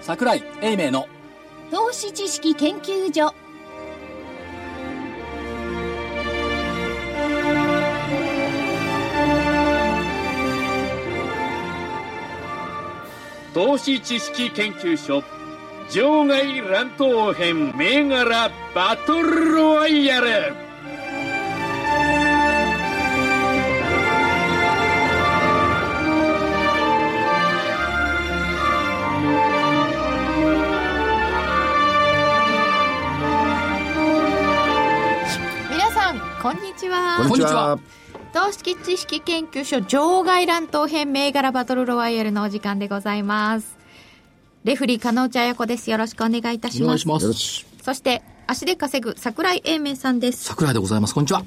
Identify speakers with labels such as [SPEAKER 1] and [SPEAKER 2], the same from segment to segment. [SPEAKER 1] 桜井英明の
[SPEAKER 2] 投資知識研究所
[SPEAKER 3] 投資知識研究所場外乱闘編銘柄バトルロワイヤル
[SPEAKER 4] 皆さんこんにちは
[SPEAKER 1] こんにちは
[SPEAKER 4] 投資知識研究所場外乱闘編銘柄バトルロワイヤルのお時間でございますレフリー加納茶彩子ですよろしくお願いいたします
[SPEAKER 1] ま
[SPEAKER 4] よろしくそして足で稼ぐ桜井英明さんです
[SPEAKER 1] 桜井でございますこんにちは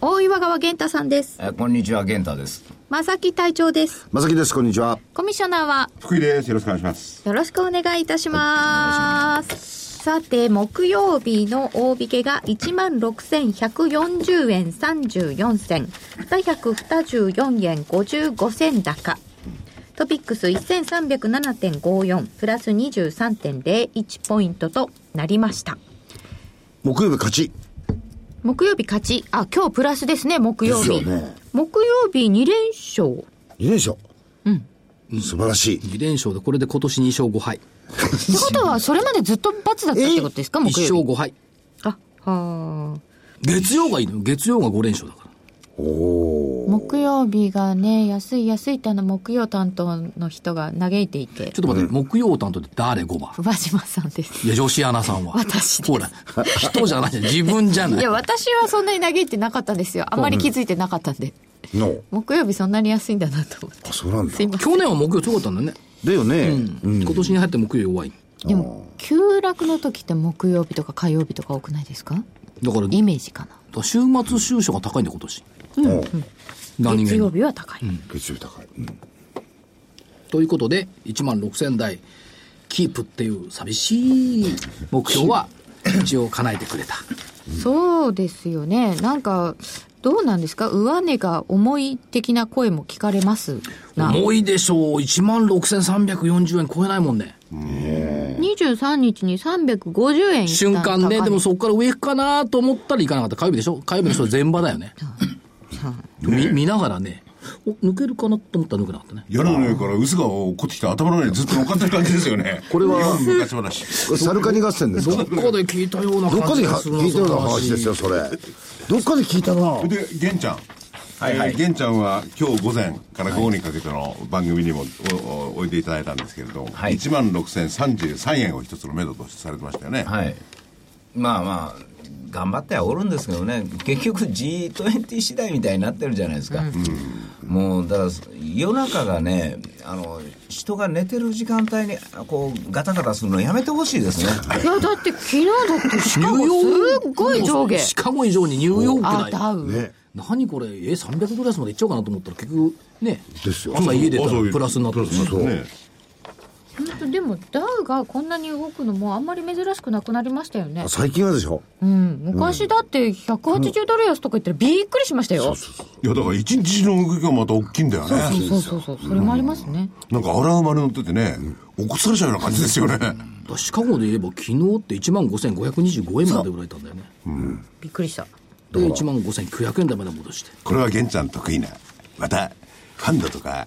[SPEAKER 4] 大岩川源太さんです
[SPEAKER 5] えーこんにちは、玄太です。
[SPEAKER 4] 正木隊長です
[SPEAKER 6] まさきです、こんにちは。
[SPEAKER 4] コミッショナーは
[SPEAKER 7] 福井です。よろしくお願いします。
[SPEAKER 4] よろしくお願いいたします。さて、木曜日の大引けが16,140円34銭、724円55銭高。トピックス1307.54プラス23.01ポイントとなりました。
[SPEAKER 6] 木曜日勝ち。
[SPEAKER 4] 木曜日勝ち。あ、今日プラスですね、木曜日。
[SPEAKER 6] ですよね
[SPEAKER 4] 木曜日2連勝。
[SPEAKER 6] 2連勝。うん。素晴らしい。
[SPEAKER 1] 2連勝でこれで今年2勝5敗
[SPEAKER 4] ってことは、それまでずっと罰だったってことですか、
[SPEAKER 1] 1
[SPEAKER 4] 木
[SPEAKER 1] 勝
[SPEAKER 4] 曜日。
[SPEAKER 1] 5敗
[SPEAKER 4] あ、はあ。
[SPEAKER 1] 月曜がいいのよ月曜が5連勝だから
[SPEAKER 4] 木曜日がね安い安いってあの木曜担当の人が嘆いていて
[SPEAKER 1] ちょっと待って、木曜担当で誰5番
[SPEAKER 4] 宇和島さんです
[SPEAKER 1] いや女子アナさんは
[SPEAKER 4] 私です
[SPEAKER 1] ほら人じゃないじゃん自分じゃない
[SPEAKER 4] いや私はそんなに嘆いてなかったんですよあまり気づいてなかったんで
[SPEAKER 6] の。
[SPEAKER 4] 木曜日そんなに安いんだなと思って
[SPEAKER 6] あ、そうなんだ
[SPEAKER 4] す。いません
[SPEAKER 1] 去年は木曜強かったんだよね、
[SPEAKER 6] だよね。
[SPEAKER 1] うん、今年に入って木曜弱い
[SPEAKER 4] でも急落の時って木曜日とか火曜日とか多くないですか
[SPEAKER 1] だから
[SPEAKER 4] イメージか
[SPEAKER 1] だから週末収書が高いんだよ今年
[SPEAKER 6] うん。
[SPEAKER 4] な
[SPEAKER 1] 何
[SPEAKER 4] 月
[SPEAKER 1] 気に
[SPEAKER 4] 曜日は高い、
[SPEAKER 6] 月曜日高い。うん
[SPEAKER 1] ということで1万6000台キープっていう寂し い目標は一応叶えてくれた
[SPEAKER 4] そうですよねなんかどうなんですか上値が重い的な声も聞かれますな
[SPEAKER 1] 重いでしょう1万6340円超えないもんね
[SPEAKER 4] 23日に350円
[SPEAKER 1] 瞬間ね
[SPEAKER 4] 高値
[SPEAKER 1] でもそこから上行くかなと思ったら行かなかった火曜日でしょ火曜日の人は全場だよ ねみ見ながらねお抜けるかなと思ったら抜けなかったね
[SPEAKER 7] 夜の上から薄が落っこってきて頭の上にずっと乗っかってる感じですよね。
[SPEAKER 6] これは
[SPEAKER 7] 日本昔話。
[SPEAKER 6] これ、サルカニ合戦です
[SPEAKER 1] どっ
[SPEAKER 6] か
[SPEAKER 1] かで聞いたような
[SPEAKER 6] どっか
[SPEAKER 1] 感じ
[SPEAKER 6] で
[SPEAKER 1] が
[SPEAKER 6] は
[SPEAKER 1] するな
[SPEAKER 6] 聞いたような
[SPEAKER 1] その
[SPEAKER 6] 話ですよ、それ。どっかで聞いたな。
[SPEAKER 7] で、玄ちゃん。
[SPEAKER 5] はいはい
[SPEAKER 7] えー玄ちゃんは今日午前から午後にかけての番組にもおおおいでいただいたんですけれども、
[SPEAKER 5] はい
[SPEAKER 7] 1万6033円を一つの目処とされてましたよね。
[SPEAKER 5] はい。まあまあ、頑張ってはおるんですけどね、結局 G20 次第みたいになってるじゃないですか。もう、だから、夜中がね、あの、人が寝てる時間帯に、こう、ガタガタするのやめてほしいですね。
[SPEAKER 4] いやだって昨日だってし
[SPEAKER 1] ニ
[SPEAKER 4] か
[SPEAKER 1] ュー
[SPEAKER 4] も
[SPEAKER 1] ヨー
[SPEAKER 4] す
[SPEAKER 1] ク
[SPEAKER 4] っごい上下
[SPEAKER 1] しかも以上にニューヨーク
[SPEAKER 4] あ
[SPEAKER 1] だよ
[SPEAKER 4] ダウン
[SPEAKER 6] ね。
[SPEAKER 1] 何これえ300ドル安までいっちゃおうかなと思ったら結局ね
[SPEAKER 6] ですよ
[SPEAKER 1] 朝家出た
[SPEAKER 7] そう
[SPEAKER 1] ら
[SPEAKER 7] いう
[SPEAKER 1] プラスになってるし
[SPEAKER 6] そう。
[SPEAKER 7] ね
[SPEAKER 4] 本当でもダウがこんなに動くのもあんまり珍しくなくなりましたよね
[SPEAKER 6] 最近はでしょ。
[SPEAKER 4] うん昔だって180ドル安とか言ったらびっくりしましたよそう
[SPEAKER 7] いや、だから一日の動きがまた大きいんだよね。
[SPEAKER 4] そうそうそうそれもありますね
[SPEAKER 7] なんか荒馬に乗っててね、起こされちゃうような感じですよね。
[SPEAKER 1] だからシカゴで言えば昨日って1万5525円まで売られたんだよね
[SPEAKER 4] びっくりした
[SPEAKER 1] で1万5900円台まで戻して
[SPEAKER 7] これは玄ちゃん得意な。また、ファンドとか、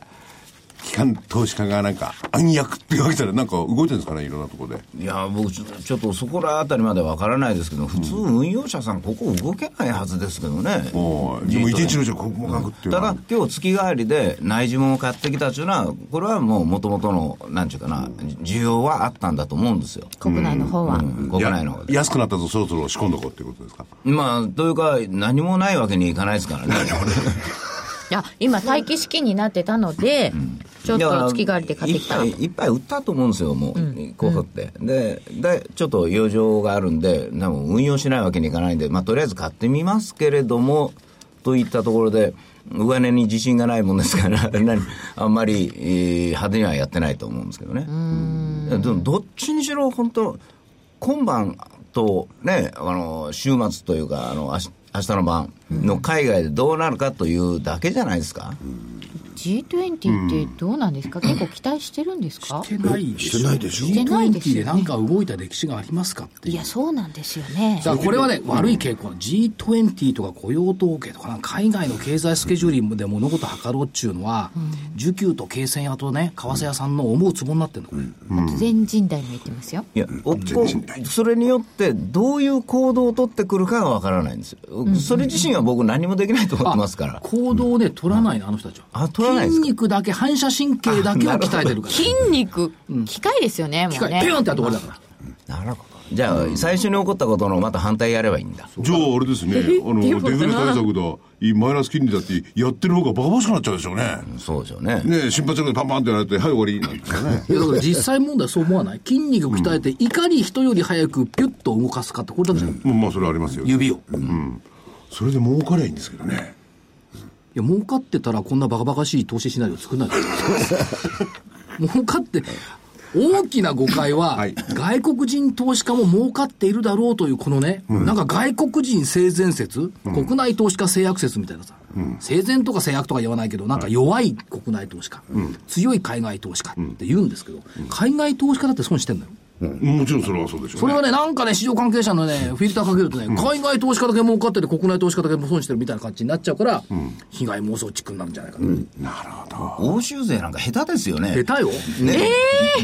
[SPEAKER 7] 機関投資家がなんか暗躍っていうわけじゃない。なんか動いてるんですかね、いろんなところで。
[SPEAKER 5] いや僕ちょちょっとそこらあたりまでわからないですけど普通運用者さんここ動けないはずですけどね、
[SPEAKER 7] おうでも一日のうちはここも書くっていうの
[SPEAKER 5] た
[SPEAKER 7] は
[SPEAKER 5] だ今日月替わりで内需も買ってきたというのはこれはもうもともとのなんていうかな需要はあったんだと思うんですよ、
[SPEAKER 4] 国内の方は、
[SPEAKER 5] うん国内の方
[SPEAKER 7] い
[SPEAKER 5] で
[SPEAKER 7] や安くなったぞそろそろ仕込んどこうっていうことですか
[SPEAKER 5] まあというか何もないわけにいかないですからね
[SPEAKER 4] いや今待機資金になってたので、ちょっ
[SPEAKER 5] いや
[SPEAKER 4] と月替わりで買ってきた
[SPEAKER 5] いっぱいいっぱい売ったと思うんですよもう、候補ってででちょっと余剰があるんででも運用しないわけにいかないんで、まあ、とりあえず買ってみますけれどもといったところで上値に自信がないもんですから 何あんまり、えー派手にはやってないと思うんですけどねでもどっちにしろ本当今晩とねあの週末というかあの明日明日の晩の海外でどうなるかというだけじゃないですか、
[SPEAKER 8] G20 ってどうなんですか、結構期待してるんですか
[SPEAKER 1] してないでしょ
[SPEAKER 6] してないでしょ
[SPEAKER 8] してないですよ
[SPEAKER 1] G20
[SPEAKER 8] ね
[SPEAKER 1] で何か動いた歴史がありますかっていう
[SPEAKER 8] いや、そうなんですよね。
[SPEAKER 1] だからこれはね、悪い傾向、G20 とか雇用統計とかな、海外の経済スケジュールで物事測ろうっちゅうのは、需給と経線屋とね、為替屋さんの思うツボになってるの、これ
[SPEAKER 8] あと全人代も言ってますよ。
[SPEAKER 5] いや、おこそれによって、どういう行動を取ってくるかがわからないんですよ、それ自身は僕、何もできないと思ってますから、
[SPEAKER 1] 行動をね、取らないの、あの人たちは。
[SPEAKER 5] あ取らないですか
[SPEAKER 1] 筋肉だけ、反射神経だけを鍛えてる から。
[SPEAKER 8] 筋肉、機械ですよね、も
[SPEAKER 1] 機
[SPEAKER 8] う
[SPEAKER 1] 械、
[SPEAKER 8] ね。
[SPEAKER 1] ペヨンってやって終わりだから。
[SPEAKER 5] なるほど、じゃあ、最初に起こったことのまた反対やればいいんだ、
[SPEAKER 7] じゃああれですね、あのデフレ対策だ、マイナス金利だってやってる方がバカバカしくなっちゃうでしょうね。
[SPEAKER 5] そうですよね、
[SPEAKER 7] ねえ、心配するでパンパンってやられて、はい終わりなんですよね。
[SPEAKER 1] いやだから実際問題はそう思わない筋肉を鍛えて、いかに人より早くピュッと動かすかって、これだけじゃん。い
[SPEAKER 7] まあまあそれはありますよ。
[SPEAKER 5] 指を、
[SPEAKER 7] それで儲かりゃいいんですけどね。
[SPEAKER 1] や、儲かってたらこんなバカバカしい投資シナリオ作ん ないでしょ儲かって、大きな誤解は、
[SPEAKER 7] はい
[SPEAKER 1] 外国人投資家も儲かっているだろうという、このね、なんか外国人性善説、国内投資家制約説みたいなさ、性善とか制約とか言わないけど、なんか弱い国内投資家、強い海外投資家って言うんですけど、海外投資家だって損してんのよ。
[SPEAKER 7] もちろんそれはそうでしょうね。
[SPEAKER 1] それはね、なんかね、市場関係者のね、フィルターかけるとね、海外投資家だけ儲かってて、国内投資家だけ損してるみたいな感じになっちゃうから、被害妄想チックになるんじゃないかと。
[SPEAKER 5] 欧州勢なんか下手ですよね、
[SPEAKER 1] 下手よ。
[SPEAKER 5] ね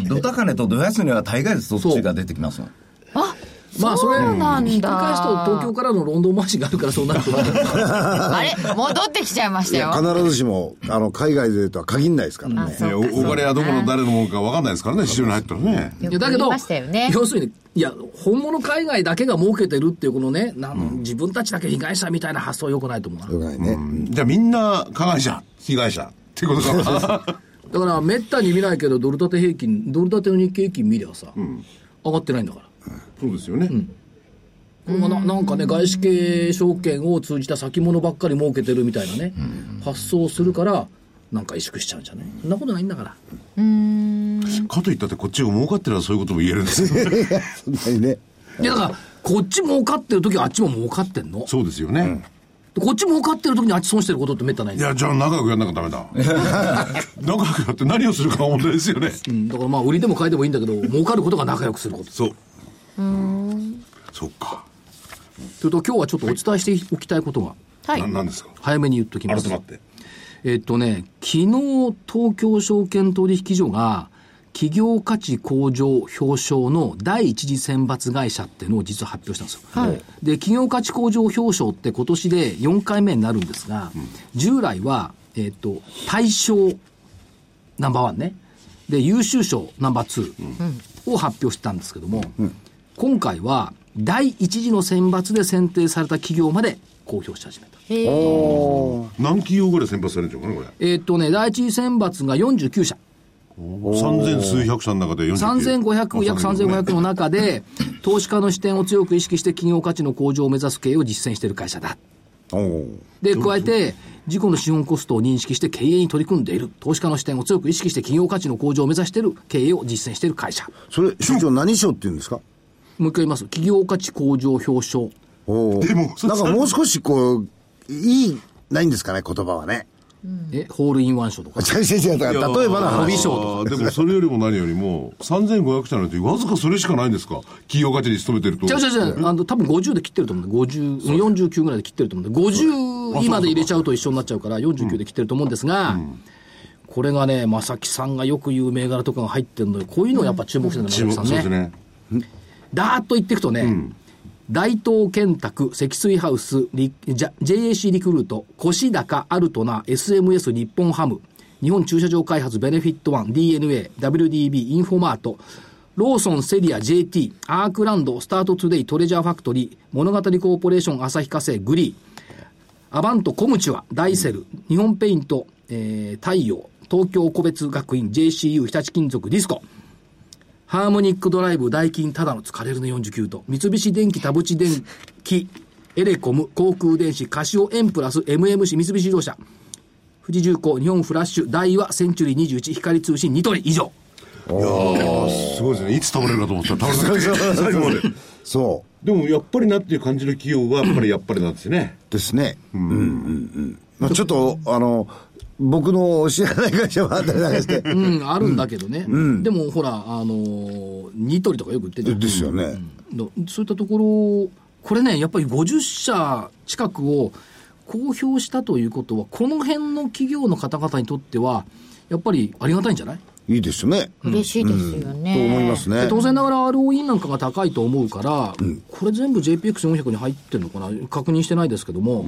[SPEAKER 5] ド高値とド安値は大概です、どっちが出てきますもん
[SPEAKER 8] あ、
[SPEAKER 1] まあ、それ、
[SPEAKER 8] そうなんだ
[SPEAKER 1] 引き返すと東京からのロンドン回しがあるからそうなると思う。
[SPEAKER 8] あれ戻ってきちゃいましたよ。
[SPEAKER 6] 必ずしも、あの、海外でとは限んないですからね。
[SPEAKER 7] ねおお金はどこの誰のものか分かんないですからね、市場に入ったらね。
[SPEAKER 8] よ
[SPEAKER 1] いや
[SPEAKER 8] く
[SPEAKER 1] だ
[SPEAKER 8] 言
[SPEAKER 1] け
[SPEAKER 8] い
[SPEAKER 1] ど
[SPEAKER 8] ましたよね。
[SPEAKER 1] 要するに、いや、本物海外だけが儲けてるっていう、このね、なん自分たちだけ被害者みたいな発想は良くないと思うな。
[SPEAKER 6] よくないね。
[SPEAKER 7] じゃあみんな加害者、被害者っていうことか。
[SPEAKER 1] だから、めったに見ないけど、ドル建て平均、ドル建ての日経平均見りゃさ、上がってないんだから。
[SPEAKER 7] そうですよね。
[SPEAKER 1] これがななんかね、外資系証券を通じた先物ばっかり儲けてるみたいなね、発想をするから、なんか萎縮しちゃうんじゃないそんなことないんだから。
[SPEAKER 7] かといったってこっちが儲かってればそういうことも言えるんですよ。
[SPEAKER 6] そんなにね。
[SPEAKER 1] いや、だから、こっち儲かってる時はあっちも儲かってんの。
[SPEAKER 7] そうですよね。
[SPEAKER 1] でこっち儲かってる時にあっち損してることってめったないん
[SPEAKER 7] い
[SPEAKER 1] だよ。
[SPEAKER 7] や、じゃあ仲良くやんなきゃダ メだ。仲良くやって何をするかが問題ですよね。
[SPEAKER 1] うん、だからまあ、売りでも買いでもいいんだけど、儲かることが仲良くすること。
[SPEAKER 7] そう。そっか。
[SPEAKER 1] というと、今日はちょっとお伝えしておきたいことが、
[SPEAKER 8] はい
[SPEAKER 7] な。なんですか
[SPEAKER 1] 早めに言っときます。
[SPEAKER 7] 改まって。
[SPEAKER 1] えっとね、昨日東京証券取引所が、企業価値向上表彰の第一次選抜会社っていうのを実は発表したんですよ。で、企業価値向上表彰って今年で4回目になるんですが、従来は、えっと、大賞ナンバーワンね、で、優秀賞ナンバーツーを発表したんですけども、今回は第一次の選抜で選定された企業まで公表し始めた。
[SPEAKER 7] 何企業ぐらい選抜されるんでしょうかね、これ。
[SPEAKER 1] えっとね、第一次選抜が49社。
[SPEAKER 7] 三千数百社の中で49
[SPEAKER 1] 3500、約3500の中で、投資家の視点を強く意識して企業価値の向上を目指す経営を実践している会社だ。
[SPEAKER 6] おー
[SPEAKER 1] で、加えて、事故の資本コストを認識して経営に取り組んでいる。投資家の視点を強く意識して企業価値の向上を目指している経営を実践している会社。
[SPEAKER 6] それ、所長何賞って言うんですか
[SPEAKER 1] もう一回言います。企業価値向上表彰。
[SPEAKER 6] おー
[SPEAKER 7] でも
[SPEAKER 6] なんかもう少しこう、いい、ないんですかね、言葉はね。
[SPEAKER 1] え、ホールインワン賞とか。
[SPEAKER 6] 違う違う違うだから例えばの
[SPEAKER 1] 美
[SPEAKER 6] 話。
[SPEAKER 1] 賞
[SPEAKER 7] とかでもそれよりも何よりも3500社なんてわずかそれしかないんですか企業価値に勤めてると
[SPEAKER 1] 違う違う違う。あの、多分50で切ってると思うんで、50、49ぐらいで切ってると思うんで、50今で入れちゃうと一緒になっちゃうから、49で切ってると思うんですが、これがね、正木さんがよく言う銘柄とかが入ってるので、こういうのをやっぱ注目してるんだ、
[SPEAKER 7] 注
[SPEAKER 1] 正
[SPEAKER 7] 目
[SPEAKER 1] 木
[SPEAKER 7] そ
[SPEAKER 1] さ
[SPEAKER 7] うです
[SPEAKER 1] んね。
[SPEAKER 7] ね
[SPEAKER 1] だーっと言っていくとね、大東建託、積水ハウス、リジャ JAC リクルート、コシダカ、アルトナ、SMS 日本ハム、日本駐車場開発ベネフィットワン、DNA、WDB、インフォマート、ローソン、セリア、JT、アークランド、スタートトゥデイ、トレジャーファクトリー、物語コーポレーション、旭化成、グリー、アバント、コムチュア、ダイセル、日本ペイント、えー、太陽、東京個別学院、JCU、日立金属、ディスコ。ハーモニックドライブ、ダイキン、ただの疲れるね49と、三菱電機、田淵電機、エレコム、航空電子、カシオエンプラス、MMC、三菱自動車、富士重工、日本フラッシュ、大和、センチュリー21、光通信、ニトリ、以上。
[SPEAKER 7] いやーすごいですねいつ倒れるかと思ったら倒れて 最後まで
[SPEAKER 6] そ
[SPEAKER 7] でもやっぱりなっていう感じの企業はやっぱりやっぱりなんですよね
[SPEAKER 6] う。ですね。うんうんうん。まあちょっと、あの、僕の知らない会社もあったりなんかして。
[SPEAKER 1] うん、あるんだけどね、でもほら、あのーニトリとかよく売ってるじゃん
[SPEAKER 6] ですよね。
[SPEAKER 1] うんそういったところ、これね、やっぱり50社近くを公表したということは、この辺の企業の方々にとっては、やっぱりありがたいんじゃない、
[SPEAKER 6] いいですね。
[SPEAKER 8] 嬉しいですよね。
[SPEAKER 6] と思いますね。
[SPEAKER 1] 当然ながら ROE なんかが高いと思うから、これ全部 JPX400 に入ってるのかな、確認してないですけども、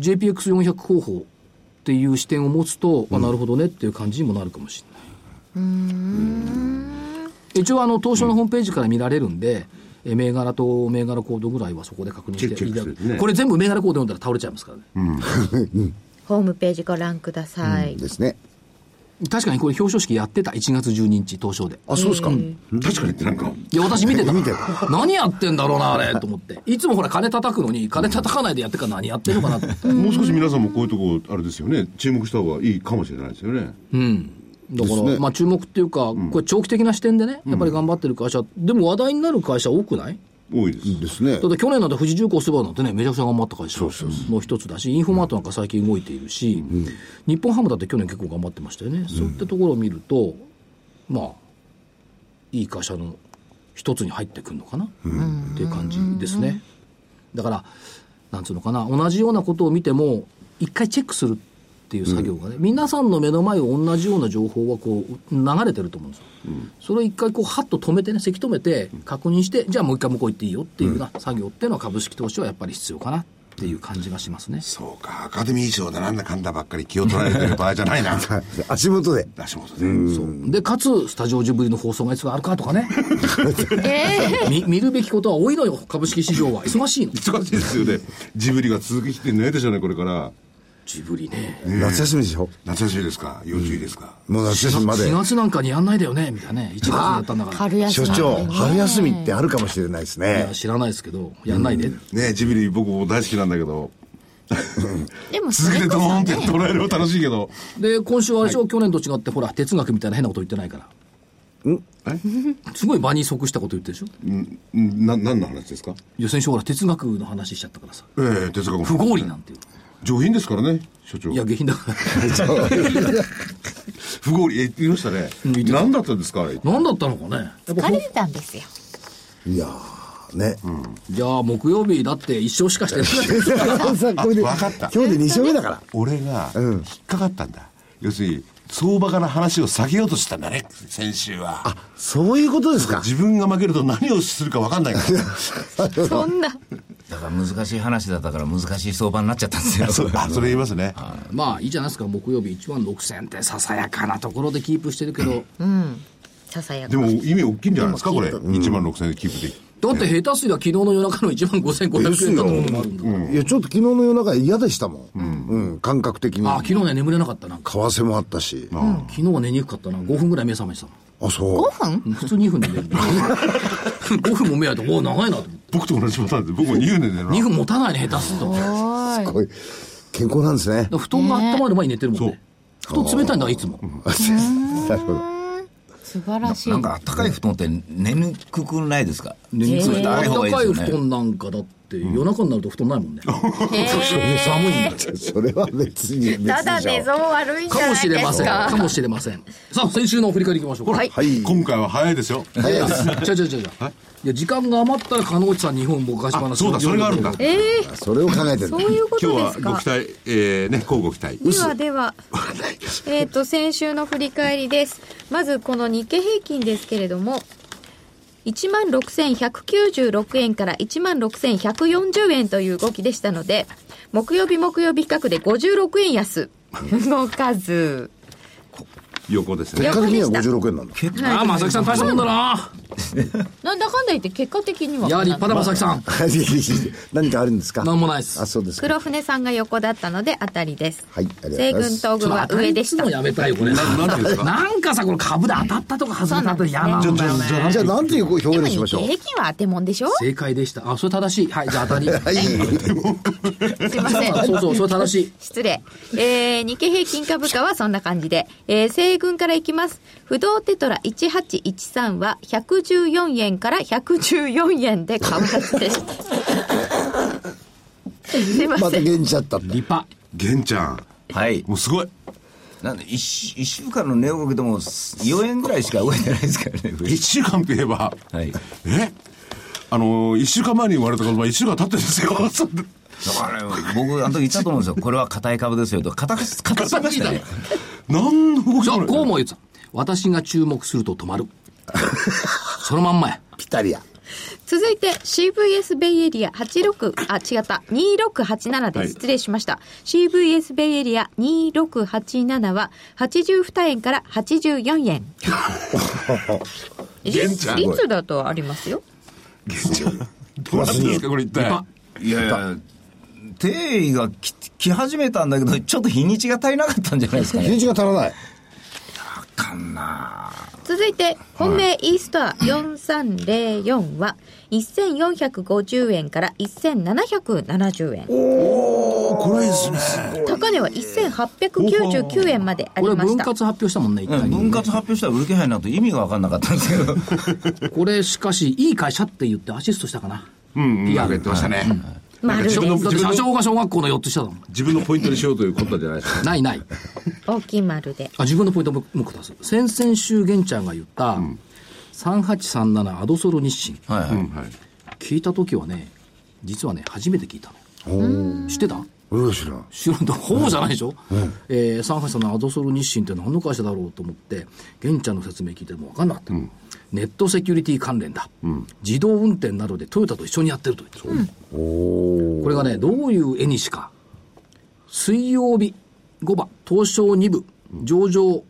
[SPEAKER 1] JPX400 候補っていう視点を持つと、あなるほどねっていう感じにもなるかもしれない。一応あの東証のホームページから見られるんで、え銘柄と銘柄コードぐらいはそこで確認して
[SPEAKER 7] チェックチェックするね
[SPEAKER 1] これ全部銘柄コード読んだら倒れちゃいますからね、
[SPEAKER 4] ホームページご覧ください。
[SPEAKER 6] ですね。
[SPEAKER 1] 確かにこれ表彰式やってた1月12日東証で
[SPEAKER 6] あ、そうですか。
[SPEAKER 7] 確かにってなんか、
[SPEAKER 1] いや私見てた
[SPEAKER 6] 見て
[SPEAKER 1] 何やってんだろうなあ れと思っていつもほら金叩くのに金叩かないでやってから何やってんのかなと思 って
[SPEAKER 7] もう少し皆さんもこういうとこ、あれですよね、注目した方がいいかもしれないですよね。
[SPEAKER 1] だから、まあ注目っていうか、これ長期的な視点でねやっぱり頑張ってる会社、でも話題になる会社多くない
[SPEAKER 7] 多いです。
[SPEAKER 6] ですね
[SPEAKER 1] た。だ去年なんて富士重工スバルなんてねめちゃくちゃ頑張った会社の一つだしインフォマートなんか最近動いているし、日本ハムだって去年結構頑張ってましたよね、そういったところを見るとまあいい会社の一つに入ってくるのかな、っていう感じですね、だからなんつうのかな同じようなことを見ても一回チェックするっていう作業がね、皆さんの目の前を同じような情報はこう流れてると思うんですよ、それを一回こうハッと止めてねせき止めて確認してじゃあもう一回向こう行っていいよっていうような作業っていうのは株式投資はやっぱり必要かなっていう感じがしますね、
[SPEAKER 7] そうか、アカデミー賞でなんだかんだばっかり気を取られてる場合じゃない な。
[SPEAKER 6] 足元で。
[SPEAKER 7] 足元で。
[SPEAKER 1] そうでかつスタジオジブリの放送がいつがあるかとかねみ見るべきことは多いのよ株式市場は忙しいの
[SPEAKER 7] 忙しいですよね。ジブリが続ききてないでしょうね、これから。
[SPEAKER 1] ジブリね
[SPEAKER 6] 夏休みでしょ。
[SPEAKER 7] 夏休みですか要注意ですか、
[SPEAKER 6] もう夏休みまで
[SPEAKER 1] 4。月なんかにやんないだよねみたいなね1月にやったんだから
[SPEAKER 8] 春
[SPEAKER 6] 所
[SPEAKER 8] 休みなん
[SPEAKER 6] 長
[SPEAKER 8] で、ね
[SPEAKER 6] 春休みってあるかもしれないです
[SPEAKER 1] い
[SPEAKER 6] ね
[SPEAKER 1] や。知らないですけどやんないで、
[SPEAKER 7] ねえジブリ僕も大好きなんだけど
[SPEAKER 8] でもそ
[SPEAKER 7] 続
[SPEAKER 8] れ
[SPEAKER 7] けて
[SPEAKER 8] こ
[SPEAKER 7] ドーン
[SPEAKER 8] そ
[SPEAKER 7] って
[SPEAKER 8] ね
[SPEAKER 7] やってもらえれば楽しいけど
[SPEAKER 1] で今週はあれでしょ去年と違ってほら哲学みたいな変なこと言ってないから すごい場に即したこと言ってるでしょ
[SPEAKER 7] んな何の話ですか
[SPEAKER 1] 予選書ほら哲学の話しちゃったからさ
[SPEAKER 7] ええ哲学も
[SPEAKER 1] 不合理なんていう
[SPEAKER 7] 上品ですからね所長
[SPEAKER 1] いや下品だから
[SPEAKER 7] 不合理え言いましたね
[SPEAKER 1] うん言ってた
[SPEAKER 7] 何だったんですかあれ
[SPEAKER 1] 何だったのかねやっぱ
[SPEAKER 8] 疲れてたんですよ。
[SPEAKER 6] いやー、ね。
[SPEAKER 1] じゃあ木曜日だって一生しかしてない
[SPEAKER 6] さあこれで
[SPEAKER 7] わかった
[SPEAKER 6] 今日で2勝目だから。
[SPEAKER 7] 俺が
[SPEAKER 6] うん
[SPEAKER 7] 引っかかったんだ、要するに相場から話を避けようとしたんだね先週は
[SPEAKER 6] そういうことですか。
[SPEAKER 7] 自分が負けると何をするか分かんないから
[SPEAKER 4] そんな。
[SPEAKER 5] だから難しい話だったから難しい相場になっちゃったんですよ
[SPEAKER 7] そう あそれ言いますね
[SPEAKER 1] まあいいじゃないですか木曜日1万6000ってささやかなところでキープしてるけど
[SPEAKER 4] ささやか
[SPEAKER 7] で。も意味大きいんじゃないですかこれ1万6000円でキープでき
[SPEAKER 1] だって下手すりゃ昨日の夜中の1万5500円だったものもあるんだから
[SPEAKER 6] いや、ちょっと昨日の夜中嫌でしたもん。うん。感覚的に。
[SPEAKER 1] あ昨日ね眠れなかったなんか
[SPEAKER 6] 為替もあったし。
[SPEAKER 1] 昨日は寝にくかったな5分ぐらい目覚めてたもん
[SPEAKER 6] あ、そう。
[SPEAKER 8] 5分
[SPEAKER 1] うん普通2分で 寝るんだ5分も目やとおお長いなと思って
[SPEAKER 7] 僕と同じパターンで僕も2分で寝るな
[SPEAKER 1] 2分持たないね下手するとだか
[SPEAKER 6] すごい。健康なんですね。
[SPEAKER 1] ら布団が温まる前に寝てるもんね布団冷たいんだいつも
[SPEAKER 6] なるほど。
[SPEAKER 8] 素晴らしい。
[SPEAKER 5] なんかあったかい布団って眠くくないですか眠く
[SPEAKER 1] あ
[SPEAKER 5] な
[SPEAKER 1] っ
[SPEAKER 5] い
[SPEAKER 1] た
[SPEAKER 5] 方がいいで
[SPEAKER 1] か
[SPEAKER 5] す
[SPEAKER 1] い
[SPEAKER 5] よ
[SPEAKER 1] 布
[SPEAKER 5] ね
[SPEAKER 1] 団なんかだって夜中になると布団ないもんね寒いんだ
[SPEAKER 6] それは別に別でしょ。
[SPEAKER 4] ただ寝相悪いんじ
[SPEAKER 1] か
[SPEAKER 4] ゃ
[SPEAKER 1] も
[SPEAKER 4] ない
[SPEAKER 1] しれ
[SPEAKER 4] で
[SPEAKER 1] ますせん
[SPEAKER 4] か
[SPEAKER 1] か。もしれませんさあ先週の振り返りいきましょうか
[SPEAKER 4] はい
[SPEAKER 6] はい。
[SPEAKER 7] 今回は早いですよ
[SPEAKER 1] いやいや違う違う違う違ういや時間が余ったら鹿野内さん日本ぼかし話
[SPEAKER 7] あそうだそれがあるんだ
[SPEAKER 4] ええ
[SPEAKER 6] それを考えてる
[SPEAKER 4] そ。ういうこと
[SPEAKER 7] 今日
[SPEAKER 4] で
[SPEAKER 7] は
[SPEAKER 4] す
[SPEAKER 7] ご
[SPEAKER 4] か
[SPEAKER 7] 期。待えーね乞うご期待
[SPEAKER 4] ではでは、 えっ、と、先週の振り返りです。まず、この日経平均ですけれども、16,196円から16,140円という動きでしたので、木曜日木曜日比較で56円安。動かず。
[SPEAKER 7] 横ですね
[SPEAKER 6] 結果的には56円なんだ。
[SPEAKER 1] ああ正木さん大したもんだな
[SPEAKER 8] なんだかんだ言って結果的には。
[SPEAKER 1] いや立派だ正木さん
[SPEAKER 6] はい何かあるんですか
[SPEAKER 1] なんもないです
[SPEAKER 6] あ、そうですか。
[SPEAKER 4] 黒船さんが横だったので当たりです。
[SPEAKER 6] はいありがと
[SPEAKER 4] 西
[SPEAKER 6] うございます
[SPEAKER 4] 軍東軍は上でし
[SPEAKER 1] いつ
[SPEAKER 4] た
[SPEAKER 1] も。やめたいよこれ
[SPEAKER 7] ななんていうんですか
[SPEAKER 1] なんかさこの株で当たったとか外れたとか嫌なんだよね
[SPEAKER 6] じゃあ、なんていう表
[SPEAKER 8] でも
[SPEAKER 6] 現し
[SPEAKER 8] 日
[SPEAKER 6] まし
[SPEAKER 8] 経
[SPEAKER 6] ょう。
[SPEAKER 8] 平均は当てもんでしょ
[SPEAKER 1] 正解でしたあそれ正しいはいじゃあ当たり
[SPEAKER 6] はい。
[SPEAKER 4] すいません。
[SPEAKER 1] そうそうそれ正しい
[SPEAKER 4] 失礼。えー、日経平均株価はそんな感じで。えー、西軍からいきます。不動テトラ1813は114円から114円で買わずで した。すいま
[SPEAKER 6] また
[SPEAKER 4] せん。
[SPEAKER 6] 現地だったんだ。
[SPEAKER 1] 立派
[SPEAKER 7] 玄ちゃん
[SPEAKER 5] はい
[SPEAKER 7] もうすごい
[SPEAKER 5] なんで 1, 週間の値動きでも4円ぐらいしか動いてないですからね、
[SPEAKER 7] 1週間といえば、
[SPEAKER 5] はい
[SPEAKER 7] えあの1週間前に言われた言葉1週間経ってるんですよ そんな
[SPEAKER 5] だから僕、あの時言ったと思うんですよ、これは硬い株ですよと、硬く、硬すぎましたね。
[SPEAKER 7] 何の動き
[SPEAKER 1] じゃ
[SPEAKER 7] も
[SPEAKER 1] あ、
[SPEAKER 7] ない
[SPEAKER 1] こうも言ってた。私が注目すると止 まる。そのまんまや。
[SPEAKER 6] ピタリや。
[SPEAKER 4] 続いて CVS ベイエリア86あ違った2687です、
[SPEAKER 7] はい
[SPEAKER 4] 失礼しました CVS ベイエリア2687は82円から84円 リ
[SPEAKER 7] 現
[SPEAKER 4] ツ
[SPEAKER 7] 地は
[SPEAKER 4] リツだとありますよ
[SPEAKER 7] どうなってるんですかこれ一体
[SPEAKER 5] いやいや、定位が来来始めたんだけど、ちょっと日にちが足りなかったんじゃないですか
[SPEAKER 6] 日
[SPEAKER 5] ね。
[SPEAKER 6] にちが足らない。
[SPEAKER 4] 続いて本命 e ストア4304は1450円から1770円
[SPEAKER 7] おこれいいですね
[SPEAKER 4] 高値は1899円まであ
[SPEAKER 1] これ
[SPEAKER 4] りま
[SPEAKER 1] 分
[SPEAKER 4] した
[SPEAKER 1] 割発表したもんね、一
[SPEAKER 5] う
[SPEAKER 1] 回
[SPEAKER 5] ん
[SPEAKER 1] に、
[SPEAKER 5] 分割発表したら売り気配になって意味が分かんなかったんですけど。
[SPEAKER 1] これしかし、いい会社って言ってアシストしたかな。
[SPEAKER 7] うんうんな
[SPEAKER 1] PR
[SPEAKER 7] んか言ってましたね
[SPEAKER 4] まるで
[SPEAKER 1] しょだって
[SPEAKER 7] 自分
[SPEAKER 1] 社
[SPEAKER 7] の
[SPEAKER 1] 長が小学校の4つ下だもん。
[SPEAKER 7] 自分のポイントにしようということじゃないですか
[SPEAKER 1] ないない。
[SPEAKER 4] 大きい丸で
[SPEAKER 1] あ、自分のポイントももう出す。先々週、玄ちゃんが言った、3837アドソロ日清。
[SPEAKER 5] はいはい
[SPEAKER 1] 聞いた時はね、実はね、初めて聞いたのよ。知ってた
[SPEAKER 6] 俺が知らん。
[SPEAKER 1] 知らんと、ほぼじゃないでしょ、えー、三橋さんのアドソル日清って何の会社だろうと思って、玄ちゃんの説明聞いても分かんなかった、ネットセキュリティ関連だ、自動運転などでトヨタと一緒にやってると言ってたこれがね、どういう絵にしか、水曜日、5番、東証2部、上場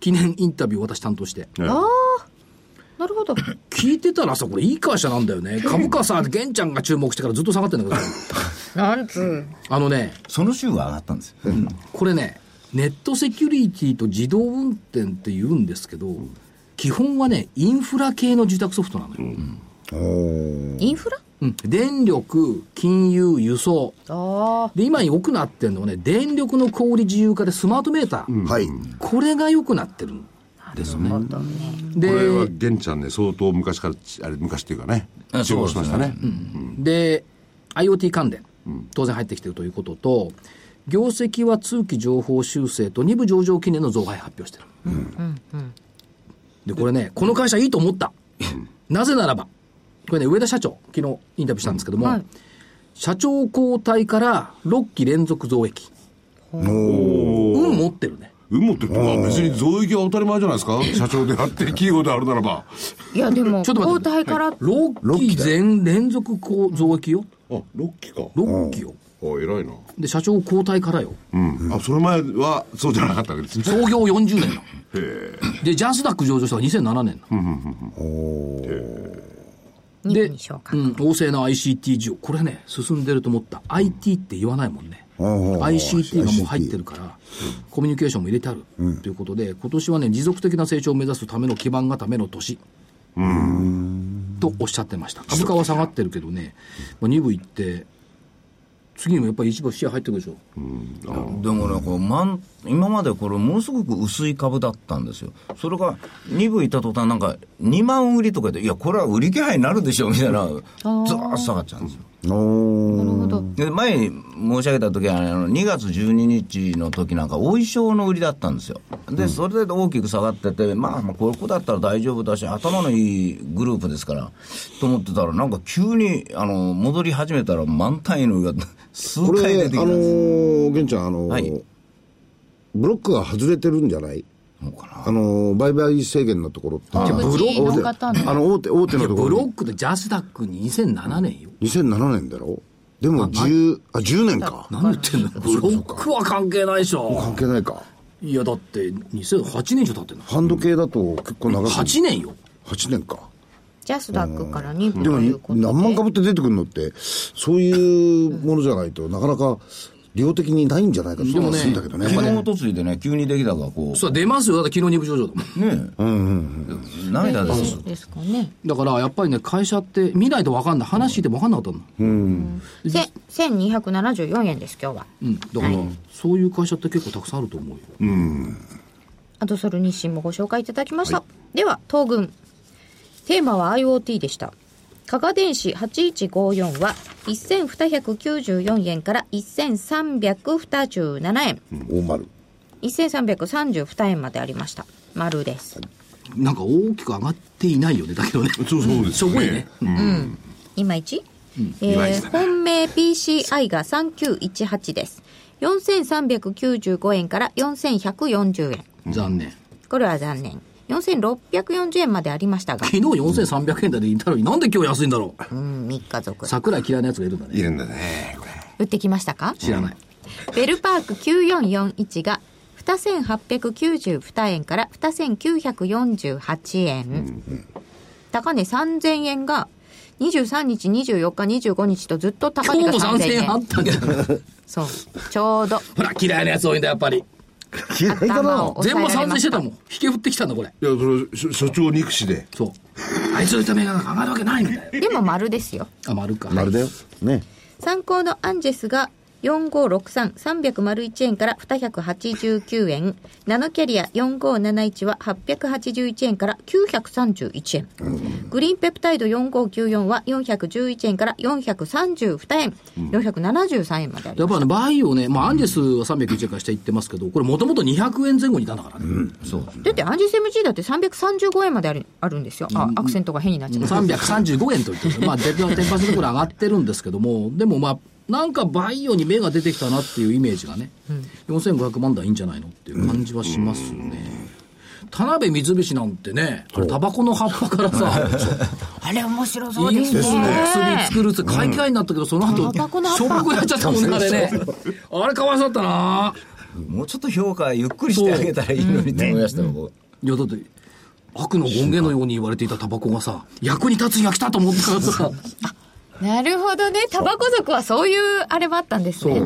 [SPEAKER 1] 記念インタビューを私担当して、
[SPEAKER 4] なるほど
[SPEAKER 1] 聞いてたらさ、これいい会社なんだよ ね。株価さ、玄ちゃんが注目してからずっと下がってんだけどさ
[SPEAKER 4] なんつう
[SPEAKER 1] あのね、
[SPEAKER 5] その週は上がったんですよ。
[SPEAKER 1] これね、ネットセキュリティと自動運転って言うんですけど、基本はね、インフラ系の受託ソフトなのよ。
[SPEAKER 4] インフラ
[SPEAKER 1] うん電力、金融、輸送。
[SPEAKER 4] あ
[SPEAKER 1] で、今に多くなってるのはね、電力の小売自由化でスマートメーター。
[SPEAKER 6] はい。
[SPEAKER 1] これが良くなってるんですよね。で
[SPEAKER 7] これは玄ちゃんね相当昔からちあれ昔っていうかね
[SPEAKER 5] あ
[SPEAKER 7] 注目しましたね
[SPEAKER 1] で、IoT 関連、当然入ってきてるということと、業績は通期情報修正と2部上場記念の増配発表してる。で、これね、この会社いいと思った。なぜならば、これね、上田社長、昨日インタビューしたんですけども、社長交代から6期連続増益。運持ってるね。
[SPEAKER 7] 運持ってるとか別に増益は当たり前じゃないですか社長であって企業であるならば
[SPEAKER 4] いやでも
[SPEAKER 1] ちょっと待
[SPEAKER 4] 交
[SPEAKER 1] って
[SPEAKER 4] 代から
[SPEAKER 1] 6期全連続こう増益よ。
[SPEAKER 7] あ6期か
[SPEAKER 1] 6期よ。
[SPEAKER 7] あ偉いな
[SPEAKER 1] で、社長交代からよ。
[SPEAKER 7] うんあその前はそうじゃなかったわけですね
[SPEAKER 1] 創業40年の。で、ジャスダック上場したのが2007年の。
[SPEAKER 4] 2
[SPEAKER 1] で
[SPEAKER 4] 分に消化
[SPEAKER 1] うん、旺盛な ICT 事業。これね、進んでると思った。IT って言わないもんね。ICT がもう入ってるから、コミュニケーションも入れてある。ということで、今年はね、持続的な成長を目指すための基盤がための年。とおっしゃってました。株価は下がってるけどね、まあ、2部行って、次にもやっぱり一部視野入ってくるでしょ。
[SPEAKER 5] でもね、こうまん今までこれ、ものすごく薄い株だったんですよ、それが2部行った途端なんか、2万売りとかで、いや、これは売り気配になるでしょみたいな、ずーっと下がっちゃうんですよ。
[SPEAKER 4] なるほど
[SPEAKER 5] で前に申し上げた時はねあの2月12日の時なんか、お衣装の売りだったんですよ、でそれで大きく下がってて、まあ、まあここだったら大丈夫だし、頭のいいグループですから、と思ってたら、なんか急にあの戻り始めたら、満単位の売りが数
[SPEAKER 6] こ
[SPEAKER 5] 回
[SPEAKER 6] れ、あ
[SPEAKER 5] 出てきた
[SPEAKER 6] の
[SPEAKER 5] んですよ。
[SPEAKER 6] ー、玄ちゃん、あのー
[SPEAKER 5] はい
[SPEAKER 6] ブロックが外れてるんじゃない
[SPEAKER 5] そうかな
[SPEAKER 6] あのー、売買制限のところって。
[SPEAKER 8] ブロックの方の
[SPEAKER 6] あの、大手、大手のとこ
[SPEAKER 1] ブ
[SPEAKER 6] ろ。
[SPEAKER 1] ロックでジャスダック2007年よ。
[SPEAKER 6] 2007年だろでも10、あ、10年か。
[SPEAKER 1] 何言ってんのブロックは関係ないでしょ。
[SPEAKER 6] 関係ないか。
[SPEAKER 1] いや、だって2008年以上経ってんの。
[SPEAKER 6] ハンド系だと結構長く。
[SPEAKER 1] 8年よ。
[SPEAKER 6] 8年か。
[SPEAKER 4] ジャスダックから2分
[SPEAKER 6] で
[SPEAKER 4] と
[SPEAKER 6] も
[SPEAKER 4] いうことで
[SPEAKER 6] 何万株って出てくるのって、そういうものじゃないとなかなか量的にないんじゃないかと
[SPEAKER 1] でも
[SPEAKER 6] 思う
[SPEAKER 1] ね
[SPEAKER 6] んだけどね。
[SPEAKER 5] 昨日おとついでね、急に出来高がこ
[SPEAKER 1] そう出ますよ。だって昨日入部上場だもん。
[SPEAKER 5] う、ねえ、涙ですよ。
[SPEAKER 8] ですかね
[SPEAKER 1] だからやっぱりね、会社って見ないと分かんない。話しても分かんなかったの。
[SPEAKER 4] せ1274円です今日は
[SPEAKER 1] うん。だから、そういう会社って結構たくさんあると思うよ。
[SPEAKER 4] アドソル日清もご紹介いただきました、では東軍テーマは IoT でした加賀電子8154は1294円から1327円
[SPEAKER 6] 大丸。
[SPEAKER 4] 1332円までありました丸です
[SPEAKER 1] なんか大きく上がっていないよね、だけどね。
[SPEAKER 7] そうそうです
[SPEAKER 1] しょ
[SPEAKER 7] よ
[SPEAKER 1] ぼい
[SPEAKER 7] ね
[SPEAKER 1] ね。。
[SPEAKER 4] うん今一、え
[SPEAKER 7] いまいち
[SPEAKER 4] ー
[SPEAKER 7] だな
[SPEAKER 4] 本命 PCI が3918です4395円から4140円
[SPEAKER 1] 残念。
[SPEAKER 4] これは残念4640円までありましたが
[SPEAKER 1] 昨日4300円台でいたのになんで今日安いんだろ
[SPEAKER 4] う
[SPEAKER 1] う。
[SPEAKER 4] ん3日続
[SPEAKER 1] 桜井嫌いな奴がいるんだ
[SPEAKER 7] い
[SPEAKER 1] ね。
[SPEAKER 7] るんだね、これ。
[SPEAKER 4] 売ってきましたか
[SPEAKER 1] 知らない。
[SPEAKER 4] ベルパーク9441が2892円から2948円、高値3000円が23日24日25日とずっと高値
[SPEAKER 1] 今
[SPEAKER 4] が
[SPEAKER 1] 日も
[SPEAKER 4] 3000
[SPEAKER 1] 3000
[SPEAKER 4] 円
[SPEAKER 1] 円あったん じゃない
[SPEAKER 4] そうちょうど
[SPEAKER 1] ほら、嫌いな奴多いんだ、やっぱり。
[SPEAKER 6] 嫌いだ
[SPEAKER 4] 頭
[SPEAKER 6] な
[SPEAKER 4] を。
[SPEAKER 1] 全
[SPEAKER 4] 抑
[SPEAKER 1] 部
[SPEAKER 4] えら
[SPEAKER 1] 3000
[SPEAKER 4] れま
[SPEAKER 1] して
[SPEAKER 4] した
[SPEAKER 1] たもん。引け振ってきたんだ、これ。
[SPEAKER 7] いや、それ、所所長憎しで。
[SPEAKER 1] そう。あいつのためが考えるわけないんだよ。
[SPEAKER 4] でも丸ですよ
[SPEAKER 1] あ、丸か。
[SPEAKER 6] 丸だよ。ね。
[SPEAKER 4] 参考のアンジェスが4563301円から289円ナノキャリア4571は881円から931円、グリーンペプタイド4594は411円から432円、473円まであり
[SPEAKER 1] やっ
[SPEAKER 4] ます
[SPEAKER 1] ぱね、バイオね、まあ、アンジェスは301円から下行ってますけど、これもともと200円前後にいたんだからね。
[SPEAKER 4] だってアンジェス MG だって335円まであるあるんですよあアクセントが変になっちゃった
[SPEAKER 1] 335円と言ってます、まあ、デパテンパスでこれ上がってるんですけども、でもまあ、なんかバイオに目が出てきたなっていうイメージがね、4500万台いいんじゃないのっていう感じはしますね。田辺三菱なんてね、あれタバコの葉っぱからさ、
[SPEAKER 8] あれ面白
[SPEAKER 1] イ
[SPEAKER 8] そうで
[SPEAKER 1] ン
[SPEAKER 8] す
[SPEAKER 1] スタ
[SPEAKER 8] ね。
[SPEAKER 1] ントの薬作るって買い替えになったけど、その後、
[SPEAKER 8] タバコの葉っ
[SPEAKER 1] 小
[SPEAKER 8] ぱ
[SPEAKER 1] 学校やっちゃったもんね、あれね。あれかわいそうだったな
[SPEAKER 5] もうちょっと評価ゆっくりしてあげたらいいのにと思いましたよ、僕
[SPEAKER 1] いや、だって、悪の権限のように言われていたタバコがさ、役に立つ日が来たと思ったからさ、
[SPEAKER 8] なるほどね。タバコ族はそういうあれもあったんですね。